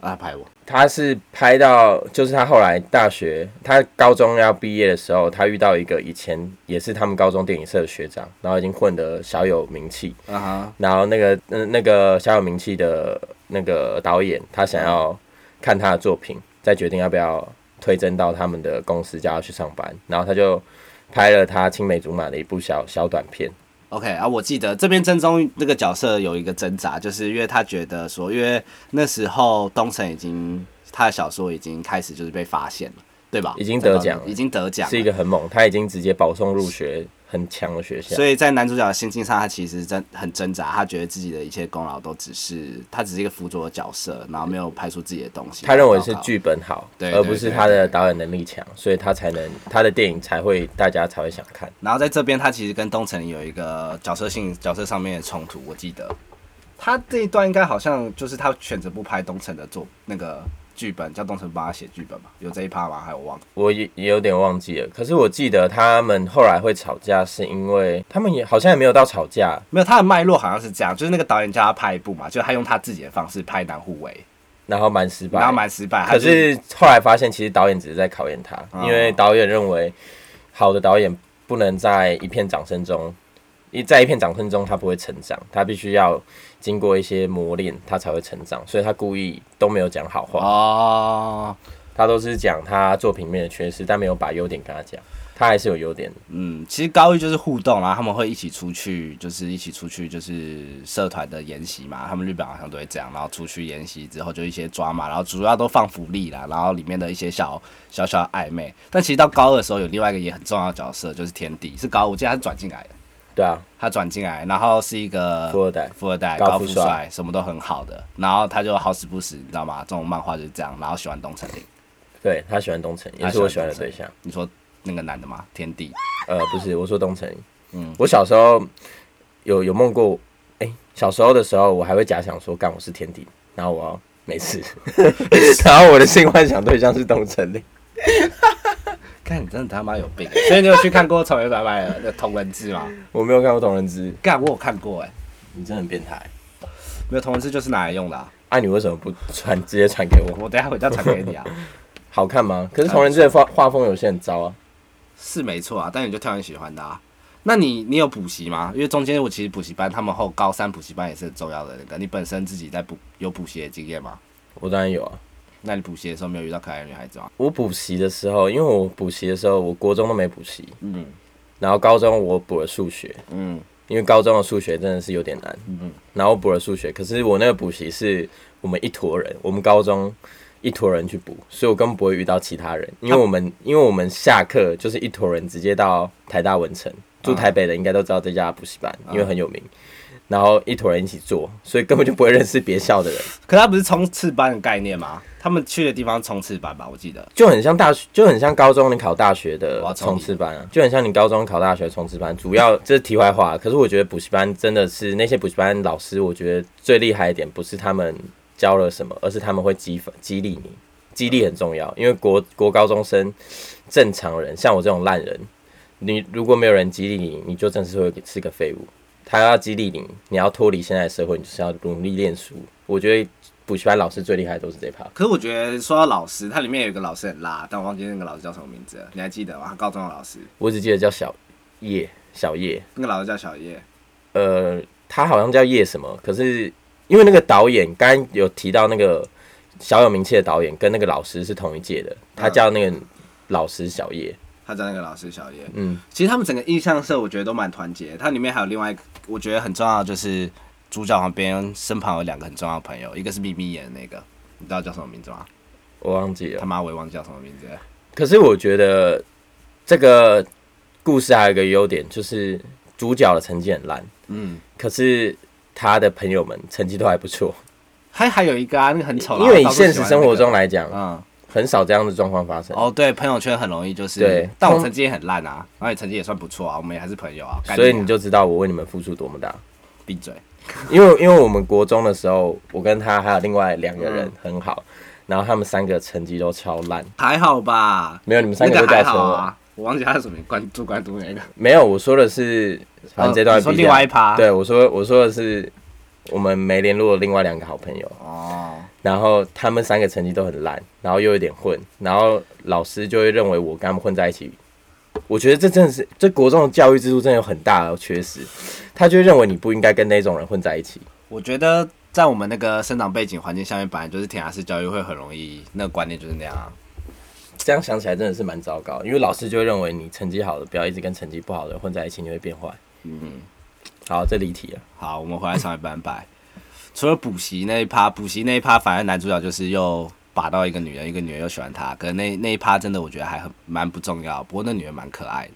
[SPEAKER 2] 啊拍我，
[SPEAKER 1] 他是拍到，就是他后来大学，他高中要毕业的时候，他遇到一个以前也是他们高中电影社的学长，然后已经混得小有名气，
[SPEAKER 2] 啊哈，
[SPEAKER 1] 然后那个嗯、那个小有名气的那个导演，他想要看他的作品，再决定要不要推甄到他们的公司，叫他去上班，然后他就拍了他青梅竹马的一部小小短片，
[SPEAKER 2] OK 啊，我记得这边真宗那个角色有一个挣扎，就是因为他觉得说，因为那时候东城已经他的小说已经开始就是被发现了，对吧？
[SPEAKER 1] 已经得奖了
[SPEAKER 2] 已经得奖了，
[SPEAKER 1] 是一个很猛，他已经直接保送入学很强的学校
[SPEAKER 2] 所。以在男主角的心境上，他其实真很挣扎，他觉得自己的一切功劳都只是他只是一个辅佐的角色，然后没有拍出自己的东西。
[SPEAKER 1] 他认为是剧本好，
[SPEAKER 2] 对
[SPEAKER 1] 而不是
[SPEAKER 2] 对对
[SPEAKER 1] 他的
[SPEAKER 2] 对
[SPEAKER 1] 导演能力强，所以他才能他的电影才会大家才会想看。
[SPEAKER 2] 然后在这边，他其实跟东城有一个角色性角色上面的冲突，我记得。他这一段应该好像就是他选择不拍东城的作那个剧本，叫东城帮他写剧本嘛，有这一趴吗？还有忘了。
[SPEAKER 1] 我也也有点忘记了，可是我记得他们后来会吵架，是因为他们也好像也没有到吵架，
[SPEAKER 2] 没有，他的脉络好像是这样，就是那个导演叫他拍一部嘛，就是他用他自己的方式拍南护卫，
[SPEAKER 1] 然后蛮失败
[SPEAKER 2] 然后。蛮失败。他
[SPEAKER 1] 可
[SPEAKER 2] 就是
[SPEAKER 1] 后来发现，其实导演只是在考验他，
[SPEAKER 2] 哦
[SPEAKER 1] 因为导演认为好的导演不能在一片掌声中，一在一片掌声中他不会成长，他必须要经过一些磨练，他才会成长，所以他故意都没有讲好话。
[SPEAKER 2] 哦，
[SPEAKER 1] 他都是讲他作品里面的缺失，但没有把优点跟他讲。他还是有优点的，
[SPEAKER 2] 嗯，其实高一就是互动啦，他们会一起出去，就是一起出去，就是社团的研习嘛。他们日本好像都会这样，然后出去研习之后就一些抓嘛，然后主要都放福利啦，然后里面的一些小小小暧昧。但其实到高二的时候，有另外一个也很重要的角色，就是天地，是高，我记得他是转进来的，
[SPEAKER 1] 对啊，
[SPEAKER 2] 他转进来，然后是一个
[SPEAKER 1] 富二代
[SPEAKER 2] 富二代
[SPEAKER 1] 高
[SPEAKER 2] 高
[SPEAKER 1] 富
[SPEAKER 2] 富
[SPEAKER 1] 帅
[SPEAKER 2] 帅，什么都很好的，然后他就好死不死，你知道吗？这种漫画就是这样，然后喜欢东城绫，
[SPEAKER 1] 对他喜欢东城，也
[SPEAKER 2] 他
[SPEAKER 1] 是我喜欢的
[SPEAKER 2] 东城
[SPEAKER 1] 对
[SPEAKER 2] 绫
[SPEAKER 1] 象。。
[SPEAKER 2] 你说那个男的吗？天地，
[SPEAKER 1] 呃，不是，我说东城。
[SPEAKER 2] 嗯
[SPEAKER 1] 嗯，我小时候有有梦过，哎、小时候的时候我还会假想说，干我是天敌，然后我要没事， (laughs) 然后我的性幻想对象是东城林。
[SPEAKER 2] 看你真的他妈有病。所以你有去看过《草原白 (laughs) 白》的那个同人志吗？
[SPEAKER 1] 我没有看过同人之，
[SPEAKER 2] 干，我有看过哎、
[SPEAKER 1] 你真的很变态。
[SPEAKER 2] 没有同人志就是拿来用的、啊。
[SPEAKER 1] 啊，你为什么不传直接传给我？
[SPEAKER 2] 我等一下回家传给你啊，
[SPEAKER 1] 好看吗？可是同人之的画画风有些很糟啊。
[SPEAKER 2] (laughs) 是没错啊，但你就挑你喜欢的啊。那你你有补习吗？因为中间我其实补习班，他们后高三补习班也是很重要的那个。你本身自己在补有补习的经验吗？
[SPEAKER 1] 我当然有啊。
[SPEAKER 2] 那你补习的时候没有遇到可爱的女孩子吗？
[SPEAKER 1] 我补习的时候，因为我补习的时候，我国中都没补习，
[SPEAKER 2] 嗯
[SPEAKER 1] 然后高中我补了数学，
[SPEAKER 2] 嗯，
[SPEAKER 1] 因为高中的数学真的是有点难，
[SPEAKER 2] 嗯
[SPEAKER 1] 嗯，然后我补了数学，可是我那个补习是我们一坨人，我们高中一坨人去补，所以我根本不会遇到其他人，因为我们因为我们下课就是一坨人直接到台大文成，住台北的应该都知道这家补习班，因为很有名，然后一坨人一起做，所以根本就不会认识别校的人，
[SPEAKER 2] 可他不是冲刺班的概念吗？他们去的地方冲刺班吧，我记得。
[SPEAKER 1] 就很像大学，就很像高中你考大学的
[SPEAKER 2] 我要重
[SPEAKER 1] 冲
[SPEAKER 2] 笔
[SPEAKER 1] 刺班啊，就很像你高中考大学的冲刺班。主要 (laughs) 这是题外话，可是我觉得补习班真的是那些补习班老师，我觉得最厉害一点不是他们教了什么，而是他们会激发激励你，激励很重要。因为国国高中生正常人，像我这种烂人，你如果没有人激励你，你就真是会是个废物。他要激励你，你要脱离现在的社会，你就是要努力练书。我觉得补习班老师最厉害的都是这一趴。
[SPEAKER 2] 可是我觉得说到老师，他里面有一个老师很辣，但我忘记那个老师叫什么名字了，你还记得吗？他高中的老师，
[SPEAKER 1] 我只记得叫小叶，小叶，
[SPEAKER 2] 那个老师叫小叶。
[SPEAKER 1] 呃，他好像叫叶什么，可是因为那个导演刚刚有提到那个小有名气的导演跟那个老师是同一届的，他叫那个老师小叶，
[SPEAKER 2] 他叫那个老师小叶，
[SPEAKER 1] 嗯，
[SPEAKER 2] 其实他们整个印象社我觉得都蛮团结的。它里面还有另外一个，我觉得很重要的就是主角旁边身旁有两个很重要的朋友，一个是咪咪演的那个，你知道叫什么名字吗？
[SPEAKER 1] 嗯我忘记
[SPEAKER 2] 他
[SPEAKER 1] 了。
[SPEAKER 2] 妈我也忘记叫什么名字了。
[SPEAKER 1] 可是我觉得这个故事还有一个优点，就是主角的成绩很烂，
[SPEAKER 2] 嗯，
[SPEAKER 1] 可是他的朋友们成绩都还不错，
[SPEAKER 2] 还还有一个啊，那个很丑啦，
[SPEAKER 1] 因为
[SPEAKER 2] 我
[SPEAKER 1] 以
[SPEAKER 2] 到处喜
[SPEAKER 1] 现
[SPEAKER 2] 欢
[SPEAKER 1] 实生活中
[SPEAKER 2] 那个，
[SPEAKER 1] 来讲，
[SPEAKER 2] 嗯，
[SPEAKER 1] 很少这样的状况发生。
[SPEAKER 2] 哦对，朋友圈很容易就是，
[SPEAKER 1] 对
[SPEAKER 2] 但我
[SPEAKER 1] 通
[SPEAKER 2] 成绩也很烂啊，然后你成绩也算不错啊，我们也还是朋友啊，干
[SPEAKER 1] 所以
[SPEAKER 2] 啊
[SPEAKER 1] 你就知道我为你们付出多么大。
[SPEAKER 2] 闭嘴。
[SPEAKER 1] 因为因为我们国中的时候，我跟他还有另外两个人
[SPEAKER 2] 嗯
[SPEAKER 1] 很好，然后他们三个成绩都超烂。
[SPEAKER 2] 还好吧，
[SPEAKER 1] 没有，你们
[SPEAKER 2] 那
[SPEAKER 1] 三个都
[SPEAKER 2] 个
[SPEAKER 1] 在
[SPEAKER 2] 还
[SPEAKER 1] 说
[SPEAKER 2] 好
[SPEAKER 1] 我。
[SPEAKER 2] 啊，我忘记他是什么关注关注那个，
[SPEAKER 1] 没有，我说的是，反正这
[SPEAKER 2] 哦
[SPEAKER 1] 段
[SPEAKER 2] 你说
[SPEAKER 1] 毙
[SPEAKER 2] 另
[SPEAKER 1] 掉
[SPEAKER 2] 外一趴
[SPEAKER 1] 对，我说我说的是我们没联络的另外两个好朋友，
[SPEAKER 2] 哦，
[SPEAKER 1] 然后他们三个成绩都很烂，然后又有点混，然后老师就会认为我跟他们混在一起。我觉得这真的是，这国中的教育制度真的有很大的缺失，他就会认为你不应该跟那种人混在一起。
[SPEAKER 2] 我觉得在我们那个生长背景环境下面，本来就是填鸭式教育会很容易，那个观念就是那样啊。
[SPEAKER 1] 这样想起来真的是蛮糟糕，因为老师就会认为你成绩好的不要一直跟成绩不好的混在一起，你会变坏。
[SPEAKER 2] 嗯，
[SPEAKER 1] 好，这离题了。
[SPEAKER 2] 好，我们回来上一班拜。除了补习那一趴，补习那一趴，反正男主角就是又把到一个女人，一个女人又喜欢他，可能那那一趴真的我觉得还很蛮不重要，不过那女人蛮可爱的。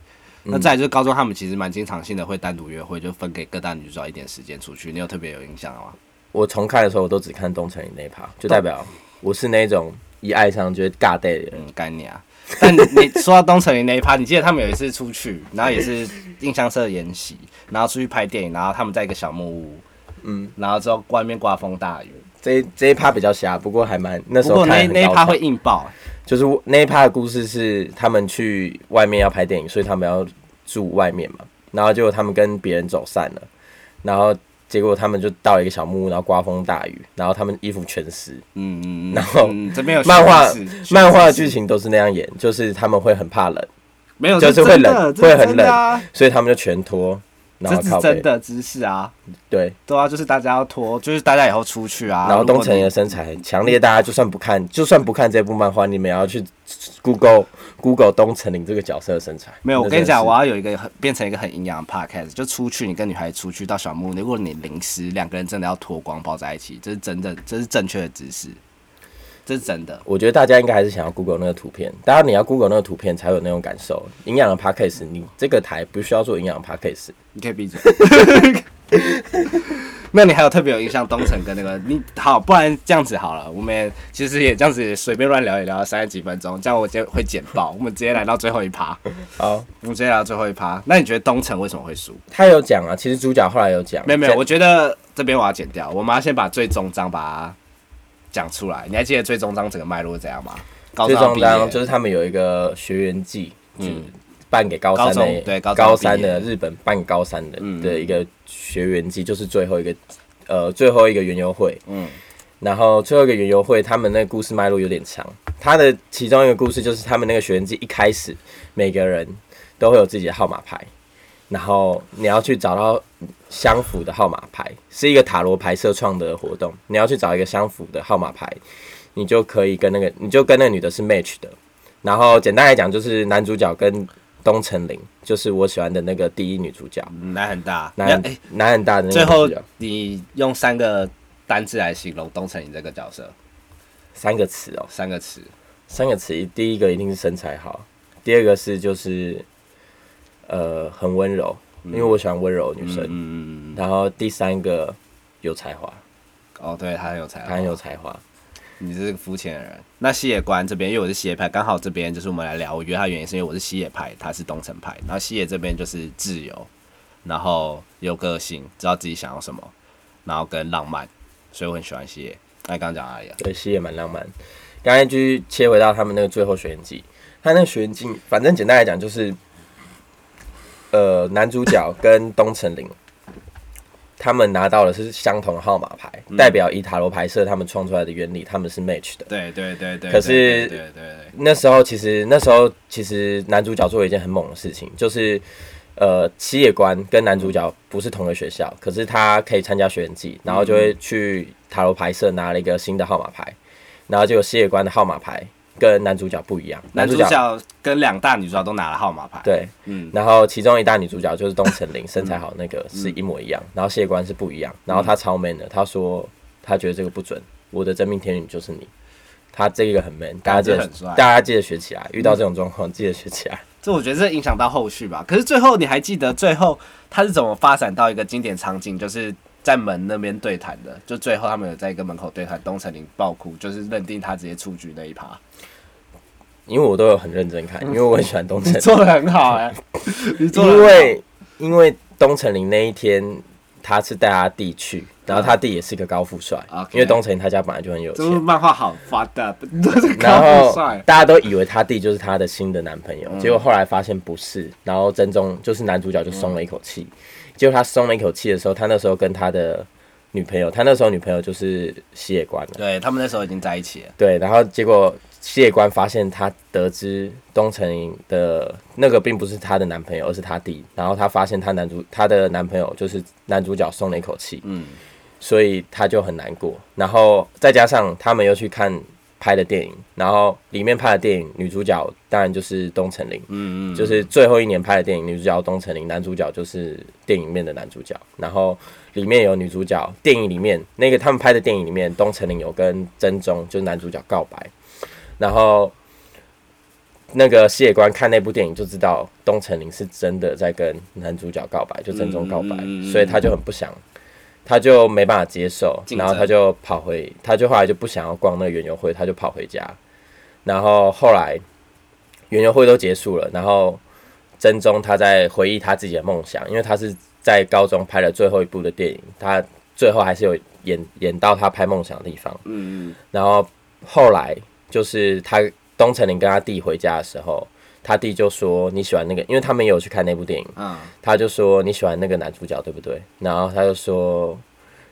[SPEAKER 2] 那再来就是高中，他们其实蛮经常性的会单独约会，就分给各大女主角一点时间出去。你有特别有印象的吗？
[SPEAKER 1] 我重看的时候，我都只看东城里那一趴，就代表我是那种一爱上就会尬 day 的人。
[SPEAKER 2] 嗯，干你啊！但你 (laughs) 你说到东城林那一趴，你记得他们有一次出去，然后也是印象社研习，然后出去拍电影，然后他们在一个小木屋，
[SPEAKER 1] 嗯，
[SPEAKER 2] 然后之后外面刮风大雨。
[SPEAKER 1] 这一这一趴比较瞎，不过还蛮那
[SPEAKER 2] 不
[SPEAKER 1] 时候
[SPEAKER 2] 过
[SPEAKER 1] 看得
[SPEAKER 2] 那
[SPEAKER 1] 很
[SPEAKER 2] 那一
[SPEAKER 1] 高
[SPEAKER 2] 趴
[SPEAKER 1] 潮
[SPEAKER 2] 会硬爆，欸
[SPEAKER 1] 就是我那一趴的故事是他们去外面要拍电影，所以他们要住外面嘛，然后结果他们跟别人走散了，然后结果他们就到了一个小木屋，然后刮风大雨，然后他们衣服全湿，
[SPEAKER 2] 嗯嗯嗯。
[SPEAKER 1] 然后
[SPEAKER 2] 嗯这边有
[SPEAKER 1] 漫画
[SPEAKER 2] 学生是
[SPEAKER 1] 漫画的剧情都是那样演，就是他们会很怕冷，
[SPEAKER 2] 没有，
[SPEAKER 1] 就是
[SPEAKER 2] 这
[SPEAKER 1] 会
[SPEAKER 2] 真的
[SPEAKER 1] 冷
[SPEAKER 2] 这是
[SPEAKER 1] 会很
[SPEAKER 2] 真的啊
[SPEAKER 1] 所以他们就全脱，然
[SPEAKER 2] 这
[SPEAKER 1] 后
[SPEAKER 2] 是
[SPEAKER 1] 靠
[SPEAKER 2] 真
[SPEAKER 1] 背。
[SPEAKER 2] 的知识啊，
[SPEAKER 1] 对，
[SPEAKER 2] 对啊，就是大家要脱，就是大家以后出去啊。
[SPEAKER 1] 然后
[SPEAKER 2] 如果
[SPEAKER 1] 东城
[SPEAKER 2] 你
[SPEAKER 1] 的身材强烈，大家就算不看，就算不看这部漫画，你们也要去 Google Google 东城林这个角色的身材。
[SPEAKER 2] 没有，我
[SPEAKER 1] 那
[SPEAKER 2] 跟你
[SPEAKER 1] 真的
[SPEAKER 2] 讲，
[SPEAKER 1] 是
[SPEAKER 2] 我要有一个很变成一个很营养的 podcast，就出去你跟女孩子出去到小木屋，如果你淋湿，两个人真的要脱光抱在一起，这是真的，这是正确的姿势，这是真的。
[SPEAKER 1] 我觉得大家应该还是想要 Google 那个图片，当然你要 Google 那个图片才有那种感受。营养的 p a c k a g e 你这个台不需要做营养的 p a c k a g e
[SPEAKER 2] 你可以闭嘴。 (laughs) 没有，你还有特别有印象东城跟那个你好，不然这样子好了，我们其实也这样子也随便乱聊一聊三十几分钟，这样我直接会剪爆。我们直接来到最后一趴，
[SPEAKER 1] 好，
[SPEAKER 2] 我们直接来到最后一趴。那你觉得东城为什么会输？
[SPEAKER 1] 他有讲啊，其实主角后来有讲，
[SPEAKER 2] 没有没有，
[SPEAKER 1] 在
[SPEAKER 2] 我觉得这边我要剪掉，我们要先把最终章把它讲出来。你还记得最终章整个脉络是怎样吗？高
[SPEAKER 1] 最
[SPEAKER 2] 中
[SPEAKER 1] 终章
[SPEAKER 2] 毕
[SPEAKER 1] 就
[SPEAKER 2] 业，
[SPEAKER 1] 是他们有一个学员季，嗯
[SPEAKER 2] 嗯，
[SPEAKER 1] 办给高三
[SPEAKER 2] 高中
[SPEAKER 1] 的
[SPEAKER 2] 对高中
[SPEAKER 1] 三的
[SPEAKER 2] 毕
[SPEAKER 1] 日本办给高三的
[SPEAKER 2] 嗯
[SPEAKER 1] 的一个学员季，就是最后一个呃最后一个园游会，
[SPEAKER 2] 嗯
[SPEAKER 1] 然后最后一个园游会，他们那个故事脉络有点长，他的其中一个故事就是他们那个学员季一开始每个人都会有自己的号码牌。然后你要去找到相符的号码牌，是一个塔罗牌社创的活动。你要去找一个相符的号码牌，你就可以跟那个，你就跟那个女的是 match 的。然后简单来讲，就是男主角跟东城绫，就是我喜欢的那个第一女主角，
[SPEAKER 2] 嗯难很大。那
[SPEAKER 1] 男
[SPEAKER 2] 哎、
[SPEAKER 1] 男很大的那个
[SPEAKER 2] 最
[SPEAKER 1] 女主
[SPEAKER 2] 后
[SPEAKER 1] 角
[SPEAKER 2] 你用三个单字来形容东城你这个角色，
[SPEAKER 1] 三个词哦，
[SPEAKER 2] 三个词。
[SPEAKER 1] 三个词，第一个一定是身材好，第二个是就是呃很温柔，因为我喜欢温柔的女生。
[SPEAKER 2] 嗯嗯嗯嗯。
[SPEAKER 1] 然后第三个有才华，
[SPEAKER 2] 哦，对他很有才华，
[SPEAKER 1] 她很有才华。
[SPEAKER 2] 你是个肤浅的人。那西野观这边，因为我是西野派，刚好这边就是我们来聊。我约他的原因是因为我是西野派，他是东城派。然后西野这边就是自由，然后有个性，知道自己想要什么，然后跟浪漫，所以我很喜欢西野。那刚刚讲哪里啊？
[SPEAKER 1] 对，西也蛮浪漫。刚才继续切回到他们那个最后学员季，他那个学员季，反正简单来讲就是，呃，男主角跟东城绫，他们拿到的是相同的号码牌，代表以塔罗牌社他们创出来的原理，他们是 match 的。
[SPEAKER 2] 对对对对。
[SPEAKER 1] 可是
[SPEAKER 2] 对对对
[SPEAKER 1] 那时候其实那时候其实男主角做了一件很猛的事情，就是呃，七野关跟男主角不是同个学校，可是他可以参加学员季，然后就会去塔罗牌社拿了一个新的号码牌，然后结果七野关的号码牌跟男主角不一样，
[SPEAKER 2] 男主角跟两大女主角都拿了号码牌。，
[SPEAKER 1] 对，
[SPEAKER 2] 嗯，
[SPEAKER 1] 然后其中一大女主角就是东城绫，身材好那个是一模一
[SPEAKER 2] 嗯
[SPEAKER 1] 样，然后谢官是不一样，然后她超 man 的，她说她觉得这个不准，我的真命天女就是你，她这个很 man，大家记
[SPEAKER 2] 感觉
[SPEAKER 1] 得
[SPEAKER 2] 很帅嗯
[SPEAKER 1] 大家记得学起来，遇到这种状况记得学起来。
[SPEAKER 2] 这我觉得这影响到后续吧。可是最后你还记得最后他是怎么发展到一个经典场景，就是在门那边对谈的，就最后他们有在一个门口对谈，东城林爆哭，就是认定他直接出局那
[SPEAKER 1] (laughs)
[SPEAKER 2] 一趴，
[SPEAKER 1] 因为我都有很认真看，因为我很喜欢东
[SPEAKER 2] (laughs)
[SPEAKER 1] 城，
[SPEAKER 2] 做的很好哎、你嗯做得很
[SPEAKER 1] 因
[SPEAKER 2] 好
[SPEAKER 1] 为因为东城绫那一天他是带他弟去，然后他弟也是个高富帅，
[SPEAKER 2] 嗯 OK
[SPEAKER 1] 因为东城绫他家本来就很有
[SPEAKER 2] 这部
[SPEAKER 1] 钱，
[SPEAKER 2] 漫画好 fucked up，这个
[SPEAKER 1] 然
[SPEAKER 2] 高
[SPEAKER 1] 后
[SPEAKER 2] 富帅。
[SPEAKER 1] 大家都以为他弟就是他的新的男朋友，结果后来发现不是，然后真宗就是男主角就松了一口气，结果他松了一口气的时候，他那时候跟他的女朋友，他那时候女朋友就是西野关了。
[SPEAKER 2] 对他们那时候已经在一起了，
[SPEAKER 1] 对，然后结果谢官发现他得知东城瀛的那个并不是她的男朋友，而是她弟。然后他发现他男主他的男朋友就是男主角松了一口气，
[SPEAKER 2] 嗯，
[SPEAKER 1] 所以他就很难过。然后再加上他们又去看拍的电影，然后里面拍的电影女主角当然就是东城绫，
[SPEAKER 2] 嗯嗯，
[SPEAKER 1] 就是最后一年拍的电影，女主角东城绫，男主角就是电影里面的男主角。然后里面有女主角，电影里面那个他们拍的电影里面，东城绫有跟真宗就是男主角告白。然后那个谢官看那部电影就知道，东城绫是真的在跟男主角告白，就真宗告白，
[SPEAKER 2] 嗯嗯嗯嗯
[SPEAKER 1] 所以他就很不想。他就没办法接受，
[SPEAKER 2] 竞
[SPEAKER 1] 然后
[SPEAKER 2] 争
[SPEAKER 1] 他就跑回，他就后来就不想要逛那个园游会，他就跑回家。然后后来园游会都结束了，然后真宗他在回忆他自己的梦想，因为他是在高中拍了最后一部的电影，他最后还是有演演到他拍梦想的地方。
[SPEAKER 2] 嗯嗯，
[SPEAKER 1] 然后后来就是他东城林跟他弟回家的时候，他弟就说你喜欢那个，因为他们也有去看那部电影，
[SPEAKER 2] 嗯，
[SPEAKER 1] 他就说你喜欢那个男主角对不对？然后他就说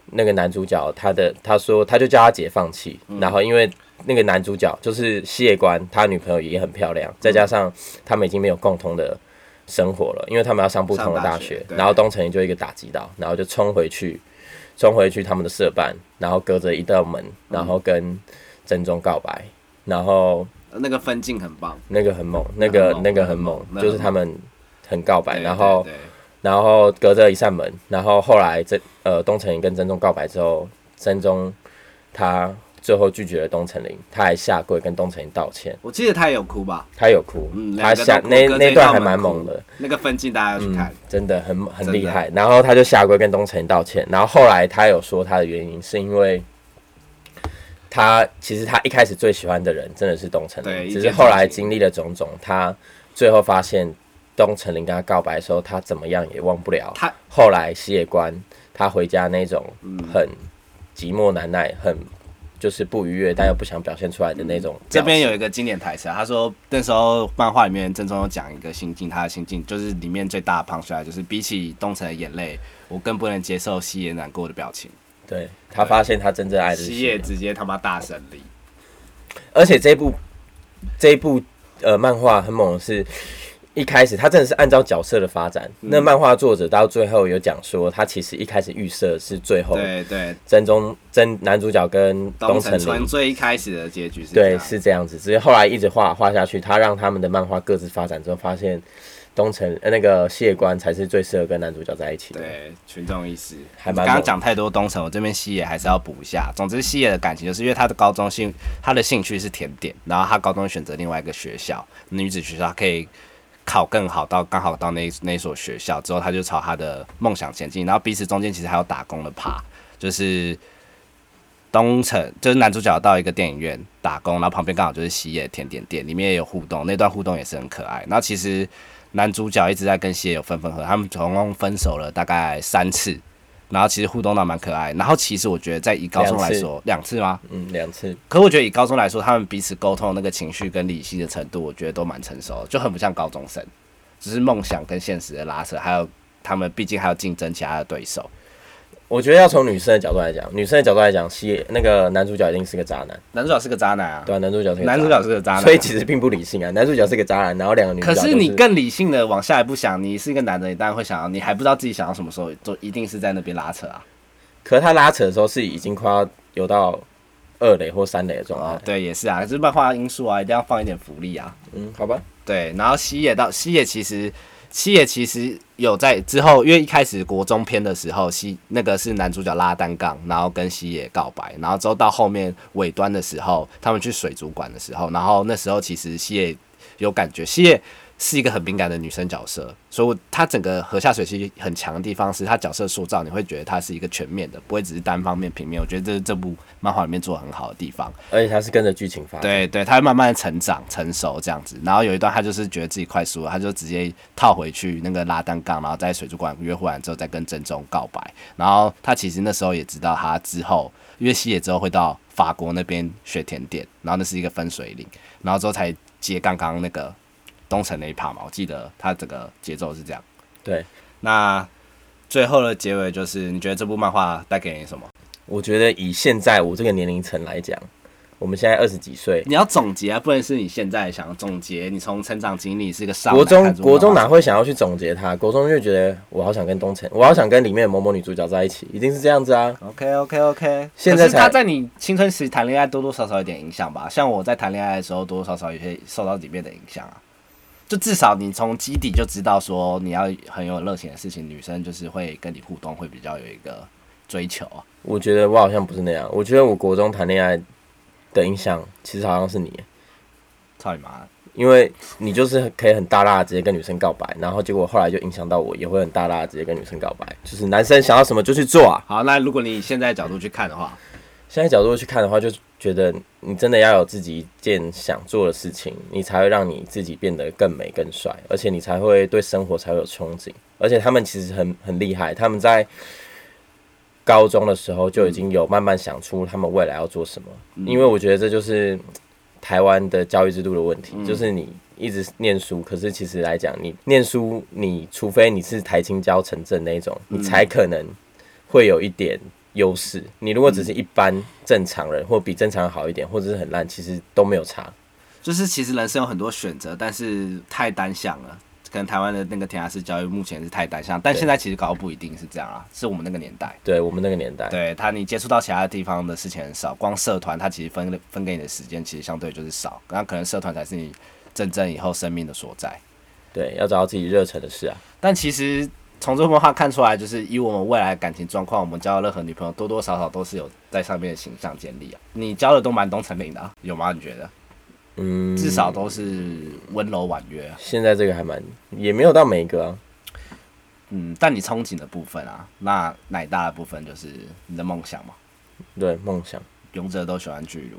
[SPEAKER 1] 那个男主角他的他说他就叫他姐放弃，
[SPEAKER 2] 嗯
[SPEAKER 1] 然后因为那个男主角就是谢官，他女朋友也很漂亮，
[SPEAKER 2] 嗯
[SPEAKER 1] 再加上他们已经没有共同的生活了，因为他们要上不同的
[SPEAKER 2] 上大
[SPEAKER 1] 大
[SPEAKER 2] 学
[SPEAKER 1] 学，
[SPEAKER 2] 对
[SPEAKER 1] 然后东城就一个打击到，然后就冲回去，冲回去他们的社办，然后隔着一道门，
[SPEAKER 2] 嗯
[SPEAKER 1] 然后跟真宗告白，然后
[SPEAKER 2] 那个分镜很棒，
[SPEAKER 1] 那个很猛，那个
[SPEAKER 2] 很猛
[SPEAKER 1] 那个
[SPEAKER 2] 很
[SPEAKER 1] 很
[SPEAKER 2] 猛
[SPEAKER 1] 猛
[SPEAKER 2] 那，很
[SPEAKER 1] 就是他们很告白，
[SPEAKER 2] 对
[SPEAKER 1] 哎然后。
[SPEAKER 2] 对对
[SPEAKER 1] 然后隔着一扇门，然后后来真呃东城也跟真宗告白之后，真宗他最后拒绝了东城林，他还下跪跟东城林道歉，
[SPEAKER 2] 我记得他也有哭吧？
[SPEAKER 1] 他有哭，
[SPEAKER 2] 嗯，
[SPEAKER 1] 他
[SPEAKER 2] 两个
[SPEAKER 1] 下
[SPEAKER 2] 都哭
[SPEAKER 1] 那
[SPEAKER 2] 隔着
[SPEAKER 1] 那
[SPEAKER 2] 一
[SPEAKER 1] 段
[SPEAKER 2] 道
[SPEAKER 1] 还
[SPEAKER 2] 门
[SPEAKER 1] 蛮
[SPEAKER 2] 哭
[SPEAKER 1] 猛的，
[SPEAKER 2] 那个分镜大家要去看。
[SPEAKER 1] 嗯真的很很
[SPEAKER 2] 真
[SPEAKER 1] 厉
[SPEAKER 2] 的
[SPEAKER 1] 害。然后他就下跪跟东城道歉，然后后来他有说他的原因是因为他其实他一开始最喜欢的人真的是东城
[SPEAKER 2] 对
[SPEAKER 1] 林，
[SPEAKER 2] 一
[SPEAKER 1] 只是
[SPEAKER 2] 见
[SPEAKER 1] 后来
[SPEAKER 2] 钟情
[SPEAKER 1] 经历了种种，他最后发现东城林跟他告白的时候，他怎么样也忘不了。
[SPEAKER 2] 他嗯
[SPEAKER 1] 后来西野关他回家那种很寂寞难耐，很就是不愉悦但又不想表现出来的那种表情。
[SPEAKER 2] 这边有一个经典台词、啊，他说那时候漫画里面郑中有讲一个心境，他的心境就是里面最大的胖出来，就是比起东城的眼泪，我更不能接受西野难过的表情。
[SPEAKER 1] 对他发现他真正爱的是
[SPEAKER 2] 西
[SPEAKER 1] 西野
[SPEAKER 2] 野直接他妈大胜利，
[SPEAKER 1] 而且这一部这一部呃漫画很猛的是。一开始他真的是按照角色的发展，
[SPEAKER 2] 嗯
[SPEAKER 1] 那漫画作者到最后有讲说，他其实一开始预设是最后
[SPEAKER 2] 对对，
[SPEAKER 1] 真中真男主角跟
[SPEAKER 2] 东
[SPEAKER 1] 哦东城
[SPEAKER 2] 城村
[SPEAKER 1] 林
[SPEAKER 2] 最一开始的结局是这
[SPEAKER 1] 对
[SPEAKER 2] 样
[SPEAKER 1] 是这样子，只是后来一直画画下去，他让他们的漫画各自发展之后，发现东城、呃、那个谢官才是最适合跟男主角在一起的。
[SPEAKER 2] 对，群众意识。
[SPEAKER 1] 还蛮
[SPEAKER 2] 刚
[SPEAKER 1] 猛
[SPEAKER 2] 刚讲太多东城，我这边西野还是要补一下。总之，西野的感情就是因为他的高中兴，他的兴趣是甜点，然后他高中选择另外一个学校，女子学校，他可以考更好到刚好到那那所学校之后，他就朝他的梦想前进。然后彼此中间其实还有打工的趴，就是东城，就是男主角到一个电影院打工，然后旁边刚好就是西野甜点店，里面也有互动，那段互动也是很可爱。然后其实男主角一直在跟西野有分分合，他们总共分手了大概三次。然后其实互动到蛮可爱，然后其实我觉得在以高中来说，两次吗？
[SPEAKER 1] 嗯，两次。
[SPEAKER 2] 可我觉得以高中来说，他们彼此沟通的那个情绪跟理性的程度，我觉得都蛮成熟的，就很不像高中生，只是梦想跟现实的拉扯，还有他们毕竟还有竞争其他的对手。
[SPEAKER 1] 我觉得要从女生的角度来讲，女生的角度来讲，西野那个男主角一定是个渣男，
[SPEAKER 2] 男主角是个渣男啊，
[SPEAKER 1] 对啊，男主角是个
[SPEAKER 2] 男主角是个渣男，
[SPEAKER 1] 所以其实并不理性啊。男主角是个渣男，然后两个女主
[SPEAKER 2] 可
[SPEAKER 1] 角都
[SPEAKER 2] 是
[SPEAKER 1] 是
[SPEAKER 2] 你更理性的往下一步想，你是一个男的，你当然会想要，你还不知道自己想要什么时候，就一定是在那边拉扯啊。
[SPEAKER 1] 可是他拉扯的时候是已经快要游到二垒或三垒的状态。
[SPEAKER 2] 哦，对，也是啊，就是漫画因素啊，一定要放一点福利啊。
[SPEAKER 1] 嗯，好吧，
[SPEAKER 2] 对，然后西野到西野其实西野其实有在之后，因为一开始国中篇的时候，西那个是男主角拉单杠，然后跟西野告白，然后之后到后面尾端的时候，他们去水族馆的时候，然后那时候其实西野有感觉，西野是一个很敏感的女生角色，所以我她整个河下水系很强的地方是她角色塑造，你会觉得她是一个全面的，不会只是单方面平面。我觉得这是这部漫画里面做的很好的地方。
[SPEAKER 1] 而且他是跟着剧情发展。
[SPEAKER 2] 对对，他会慢慢地成长成熟这样子。然后有一段他就是觉得自己快输了，他就直接套回去那个拉单杠，然后在水族馆约会完之后再跟珍重告白。然后他其实那时候也知道他之后，因为西野之后会到法国那边学甜点，然后那是一个分水岭，然后之后才接刚刚那个东城那一趴嘛。我记得他整个节奏是这样。
[SPEAKER 1] 对，
[SPEAKER 2] 那最后的结尾就是，你觉得这部漫画带给你什么？
[SPEAKER 1] 我觉得以现在我这个年龄层来讲，我们现在二十几岁，
[SPEAKER 2] 你要总结啊，不能是你现在想要总结，你从成长经历是一个少男
[SPEAKER 1] 国中
[SPEAKER 2] 看出
[SPEAKER 1] 国中
[SPEAKER 2] 妈妈
[SPEAKER 1] 哪会想要去总结他？国中就觉得我好想跟东城，我好想跟里面的某某女主角在一起，一定是这样子啊。
[SPEAKER 2] ？OK OK OK，
[SPEAKER 1] 现在才
[SPEAKER 2] 可是他在你青春时谈恋爱多多少少有点影响吧？像我在谈恋爱的时候，多多少少有些受到里面的影响啊。就至少你从基底就知道说你要很有热情的事情，女生就是会跟你互动，会比较有一个追求啊。
[SPEAKER 1] 我觉得我好像不是那样，我觉得我国中谈恋爱的影响其实好像是你，
[SPEAKER 2] 操你妈的！
[SPEAKER 1] 因为你就是可以很大大的直接跟女生告白，然后结果后来就影响到我，也会很大大的直接跟女生告白，就是男生想要什么就去做啊。
[SPEAKER 2] 好，那如果你以现在的角度去看的话，
[SPEAKER 1] 现在角度去看的话，就觉得你真的要有自己一件想做的事情，你才会让你自己变得更美、更帅，而且你才会对生活才会有憧憬。而且他们其实很很厉害，他们在高中的时候就已经有慢慢想出他们未来要做什么。因为我觉得这就是台湾的教育制度的问题，就是你一直念书，可是其实来讲，你念书，你除非你是台青教城镇那一种，你才可能会有一点优势。你如果只是一般正常人，或比正常人好一点，或者是很烂，其实都没有差。
[SPEAKER 2] 就是其实人生有很多选择，但是太单向了。可能台湾的那个填鸭式教育目前是太单向，但
[SPEAKER 1] 对
[SPEAKER 2] 现在其实搞不一定是这样啊，是我们那个年代。
[SPEAKER 1] 对我们那个年代，
[SPEAKER 2] 对他，你接触到其他地方的事情很少，光社团它其实分分给你的时间其实相对就是少，那可能社团才是你真正以后生命的所在。
[SPEAKER 1] 对，要找到自己热忱的事啊。
[SPEAKER 2] 但其实从这幅画看出来，就是以我们未来的感情状况，我们交的任何女朋友多多少少都是有在上面的形象建立啊。你交的都蛮东成林的、啊，有吗？你觉得？
[SPEAKER 1] 嗯，
[SPEAKER 2] 至少都是温柔婉约、啊，
[SPEAKER 1] 现在这个还蛮也没有到每一个啊，
[SPEAKER 2] 嗯。但你憧憬的部分啊，那奶大的部分就是你的梦想嘛。
[SPEAKER 1] 对梦想。
[SPEAKER 2] 勇者都喜欢巨乳。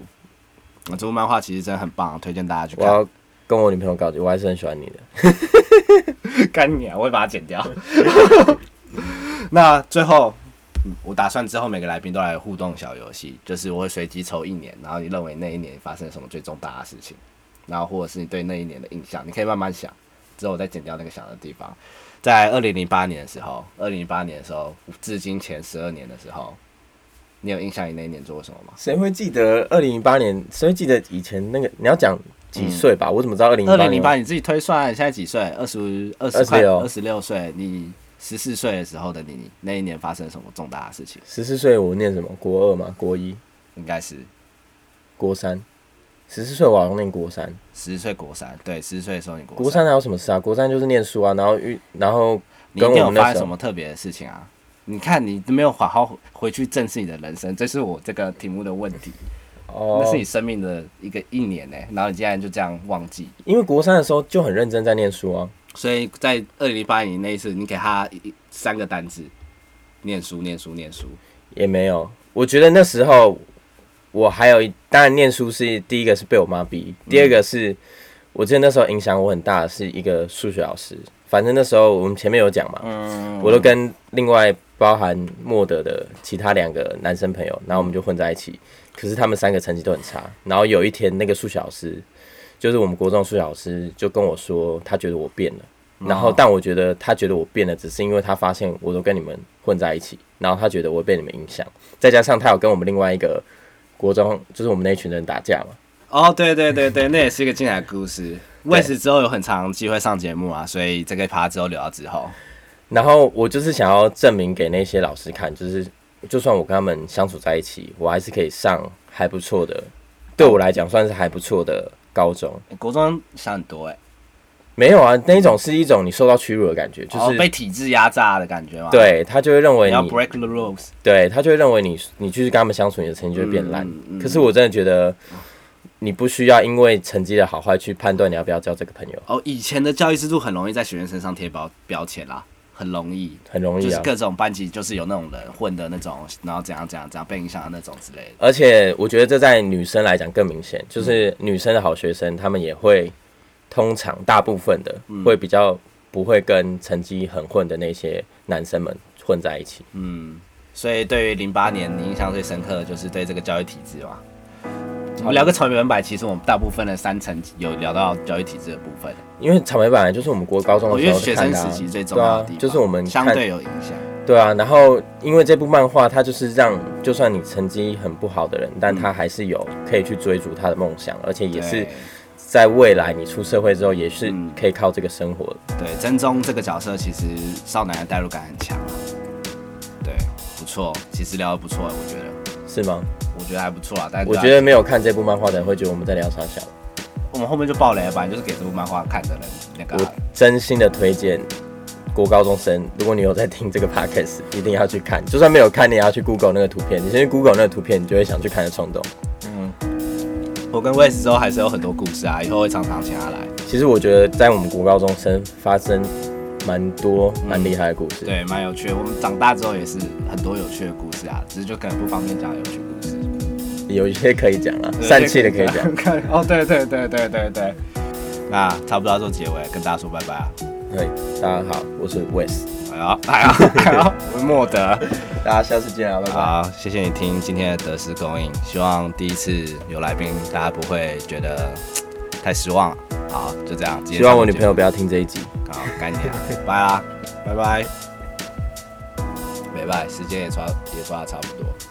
[SPEAKER 2] 那这部漫画其实真的很棒，推荐大家去
[SPEAKER 1] 我
[SPEAKER 2] 看。
[SPEAKER 1] 要跟我女朋友告诫，我还是很喜欢你的。
[SPEAKER 2] 干你啊！我会把它剪掉。那最后，嗯我打算之后每个来宾都来互动小游戏，就是我会随机抽一年，然后你认为那一年发生什么最重大的事情，然后或者是你对那一年的印象，你可以慢慢想，之后我再剪掉那个想的地方。在二零零八年的时候，二零零八年的时候，至今前十二年的时候，你有印象你那一年做过什么吗？
[SPEAKER 1] 谁会记得二零零八年？谁会记得以前那个？你要讲几岁吧？我怎么知道二零
[SPEAKER 2] 二零零八
[SPEAKER 1] 八？
[SPEAKER 2] 你自己推算，你现在几岁？二十二十
[SPEAKER 1] 26
[SPEAKER 2] 快二十六岁，你十四岁的时候的你，那一年发生什么重大的事情？
[SPEAKER 1] 十四岁我念什么？国二吗？国一、
[SPEAKER 2] 应该是
[SPEAKER 1] 国三。十四岁我好像念国三，
[SPEAKER 2] 十岁国三，对，十岁的时候你国
[SPEAKER 1] 国三还有什么事啊？国三就是念书啊，然后遇然后
[SPEAKER 2] 你一
[SPEAKER 1] 跟
[SPEAKER 2] 定
[SPEAKER 1] 我
[SPEAKER 2] 有
[SPEAKER 1] 们那
[SPEAKER 2] 发生
[SPEAKER 1] 时
[SPEAKER 2] 什
[SPEAKER 1] 候
[SPEAKER 2] 么特别的事情啊？你看，你没有好好回去正视你的人生，这是我这个题目的问题。
[SPEAKER 1] 哦
[SPEAKER 2] 那是你生命的一个一年呢、然后你竟然就这样忘记。
[SPEAKER 1] 因为国三的时候就很认真在念书啊，
[SPEAKER 2] 所以在二零零八年那一次，你给他一三个单字：念书、念书、念书。
[SPEAKER 1] 也没有。我觉得那时候我还有一，当然念书是第一个是被我妈逼，第二个是、我记得那时候影响我很大的是一个数学老师。反正那时候我们前面有讲嘛，
[SPEAKER 2] 嗯，
[SPEAKER 1] 我都跟另外包含莫德的其他两个男生朋友，然后我们就混在一起。可是他们三个成绩都很差。然后有一天，那个数学老师，就是我们国中数学老师，就跟我说，他觉得我变了。然后，但我觉得他觉得我变了，只是因为他发现我都跟你们混在一起，然后他觉得我被你们影响，再加上他有跟我们另外一个国中，就是我们那一群人打架嘛。
[SPEAKER 2] 哦，对对对对，那也是一个精彩的
[SPEAKER 1] (laughs)
[SPEAKER 2] 故事。为此之后有很长机会上节目啊，所以这个趴之后留到之后。
[SPEAKER 1] 然后我就是想要证明给那些老师看，就是就算我跟他们相处在一起，我还是可以上还不错的，对我来讲算是还不错的高中。
[SPEAKER 2] 欸国中想很多哎、欸，
[SPEAKER 1] 没有啊，那一种是一种你受到屈辱的感觉，就
[SPEAKER 2] 就是、
[SPEAKER 1] 是、
[SPEAKER 2] 哦被体制压榨的感觉嘛。，
[SPEAKER 1] 对他就会认为
[SPEAKER 2] 你要
[SPEAKER 1] 你，
[SPEAKER 2] break the rules。
[SPEAKER 1] 对他就会认为你你去跟他们相处，你的成绩就会变烂。
[SPEAKER 2] 嗯嗯
[SPEAKER 1] 可是我真的觉得。你不需要因为成绩的好坏去判断你要不要交这个朋友，
[SPEAKER 2] 哦，以前的教育制度很容易在学生身上贴标标签啦，很容易。
[SPEAKER 1] 很容易
[SPEAKER 2] 就是
[SPEAKER 1] 啊。
[SPEAKER 2] 各种班级，就是有那种人混的那种，然后怎样怎样怎样被影响的那种之类的。
[SPEAKER 1] 而且我觉得这在女生来讲更明
[SPEAKER 2] 嗯
[SPEAKER 1] 显，就是女生的好学生，她们也会通常大部分的
[SPEAKER 2] 嗯
[SPEAKER 1] 会比较不会跟成绩很混的那些男生们混在一起。
[SPEAKER 2] 所以对于零八年，你印象最深刻的就是对这个教育体制嘛。我聊个草原版，其实我们大部分的三层有聊到教育体制的部分。
[SPEAKER 1] 因为草莓本来就是我们国高中
[SPEAKER 2] 我
[SPEAKER 1] 的时
[SPEAKER 2] 觉得
[SPEAKER 1] 候
[SPEAKER 2] 哦学生
[SPEAKER 1] 看的啊
[SPEAKER 2] 时期最重要的地
[SPEAKER 1] 对
[SPEAKER 2] 方，
[SPEAKER 1] 啊，就是我们
[SPEAKER 2] 相
[SPEAKER 1] 看
[SPEAKER 2] 对有影响。
[SPEAKER 1] 对啊。然后因为这部漫画，它就是让就算你成绩很不好的人，但他还是有可以去追逐他的梦想，而且也是
[SPEAKER 2] 嗯对
[SPEAKER 1] 在未来你出社会之后，也是
[SPEAKER 2] 嗯
[SPEAKER 1] 可以靠这个生活的。
[SPEAKER 2] 对真宗这个角色，其实少男的代入感很强啊。对，不错，其实聊得不错，我觉得，
[SPEAKER 1] 是吗？
[SPEAKER 2] 我觉得还不错啊。但是
[SPEAKER 1] 我觉得没有看这部漫画的人会觉得我们在聊啥小。
[SPEAKER 2] 我们后面就爆雷了吧，本来就是给这部漫画看的人那个啊
[SPEAKER 1] 我真心的推荐国高中生，如果你有在听这个 podcast，一定要去看。就算没有看，你也要去 Google 那个图片。你先去 Google 那个图片，你就会想去看的冲动。
[SPEAKER 2] 我跟魏斯之后还是有很多故事啊，以后会常常请他来。
[SPEAKER 1] 其实我觉得在我们国高中生发生蛮多蛮厉害的故事。
[SPEAKER 2] 对，蛮有趣的。我们长大之后也是很多有趣的故事啊，只是就可能不方便讲有趣故事。
[SPEAKER 1] 有一些可以讲啊，散气的可以
[SPEAKER 2] (laughs)
[SPEAKER 1] 讲。
[SPEAKER 2] 讲。哦，对对对对对对。那差不多要做结尾，跟大家说拜拜啊！
[SPEAKER 1] 嘿，大家好，我是 Wes，
[SPEAKER 2] 哎呀，哎呀， (laughs) 哎呀，我是莫德。
[SPEAKER 1] 大家下次见啊，拜拜。
[SPEAKER 2] 好，谢谢你听今天的得失供应，希望第一次有来宾，大家不会觉得太失望了。好，就这样。
[SPEAKER 1] 希望我女朋友不要听这一集。
[SPEAKER 2] 友好，干你啊！拜啦，拜拜。没拜，时间也抓也抓的差不多。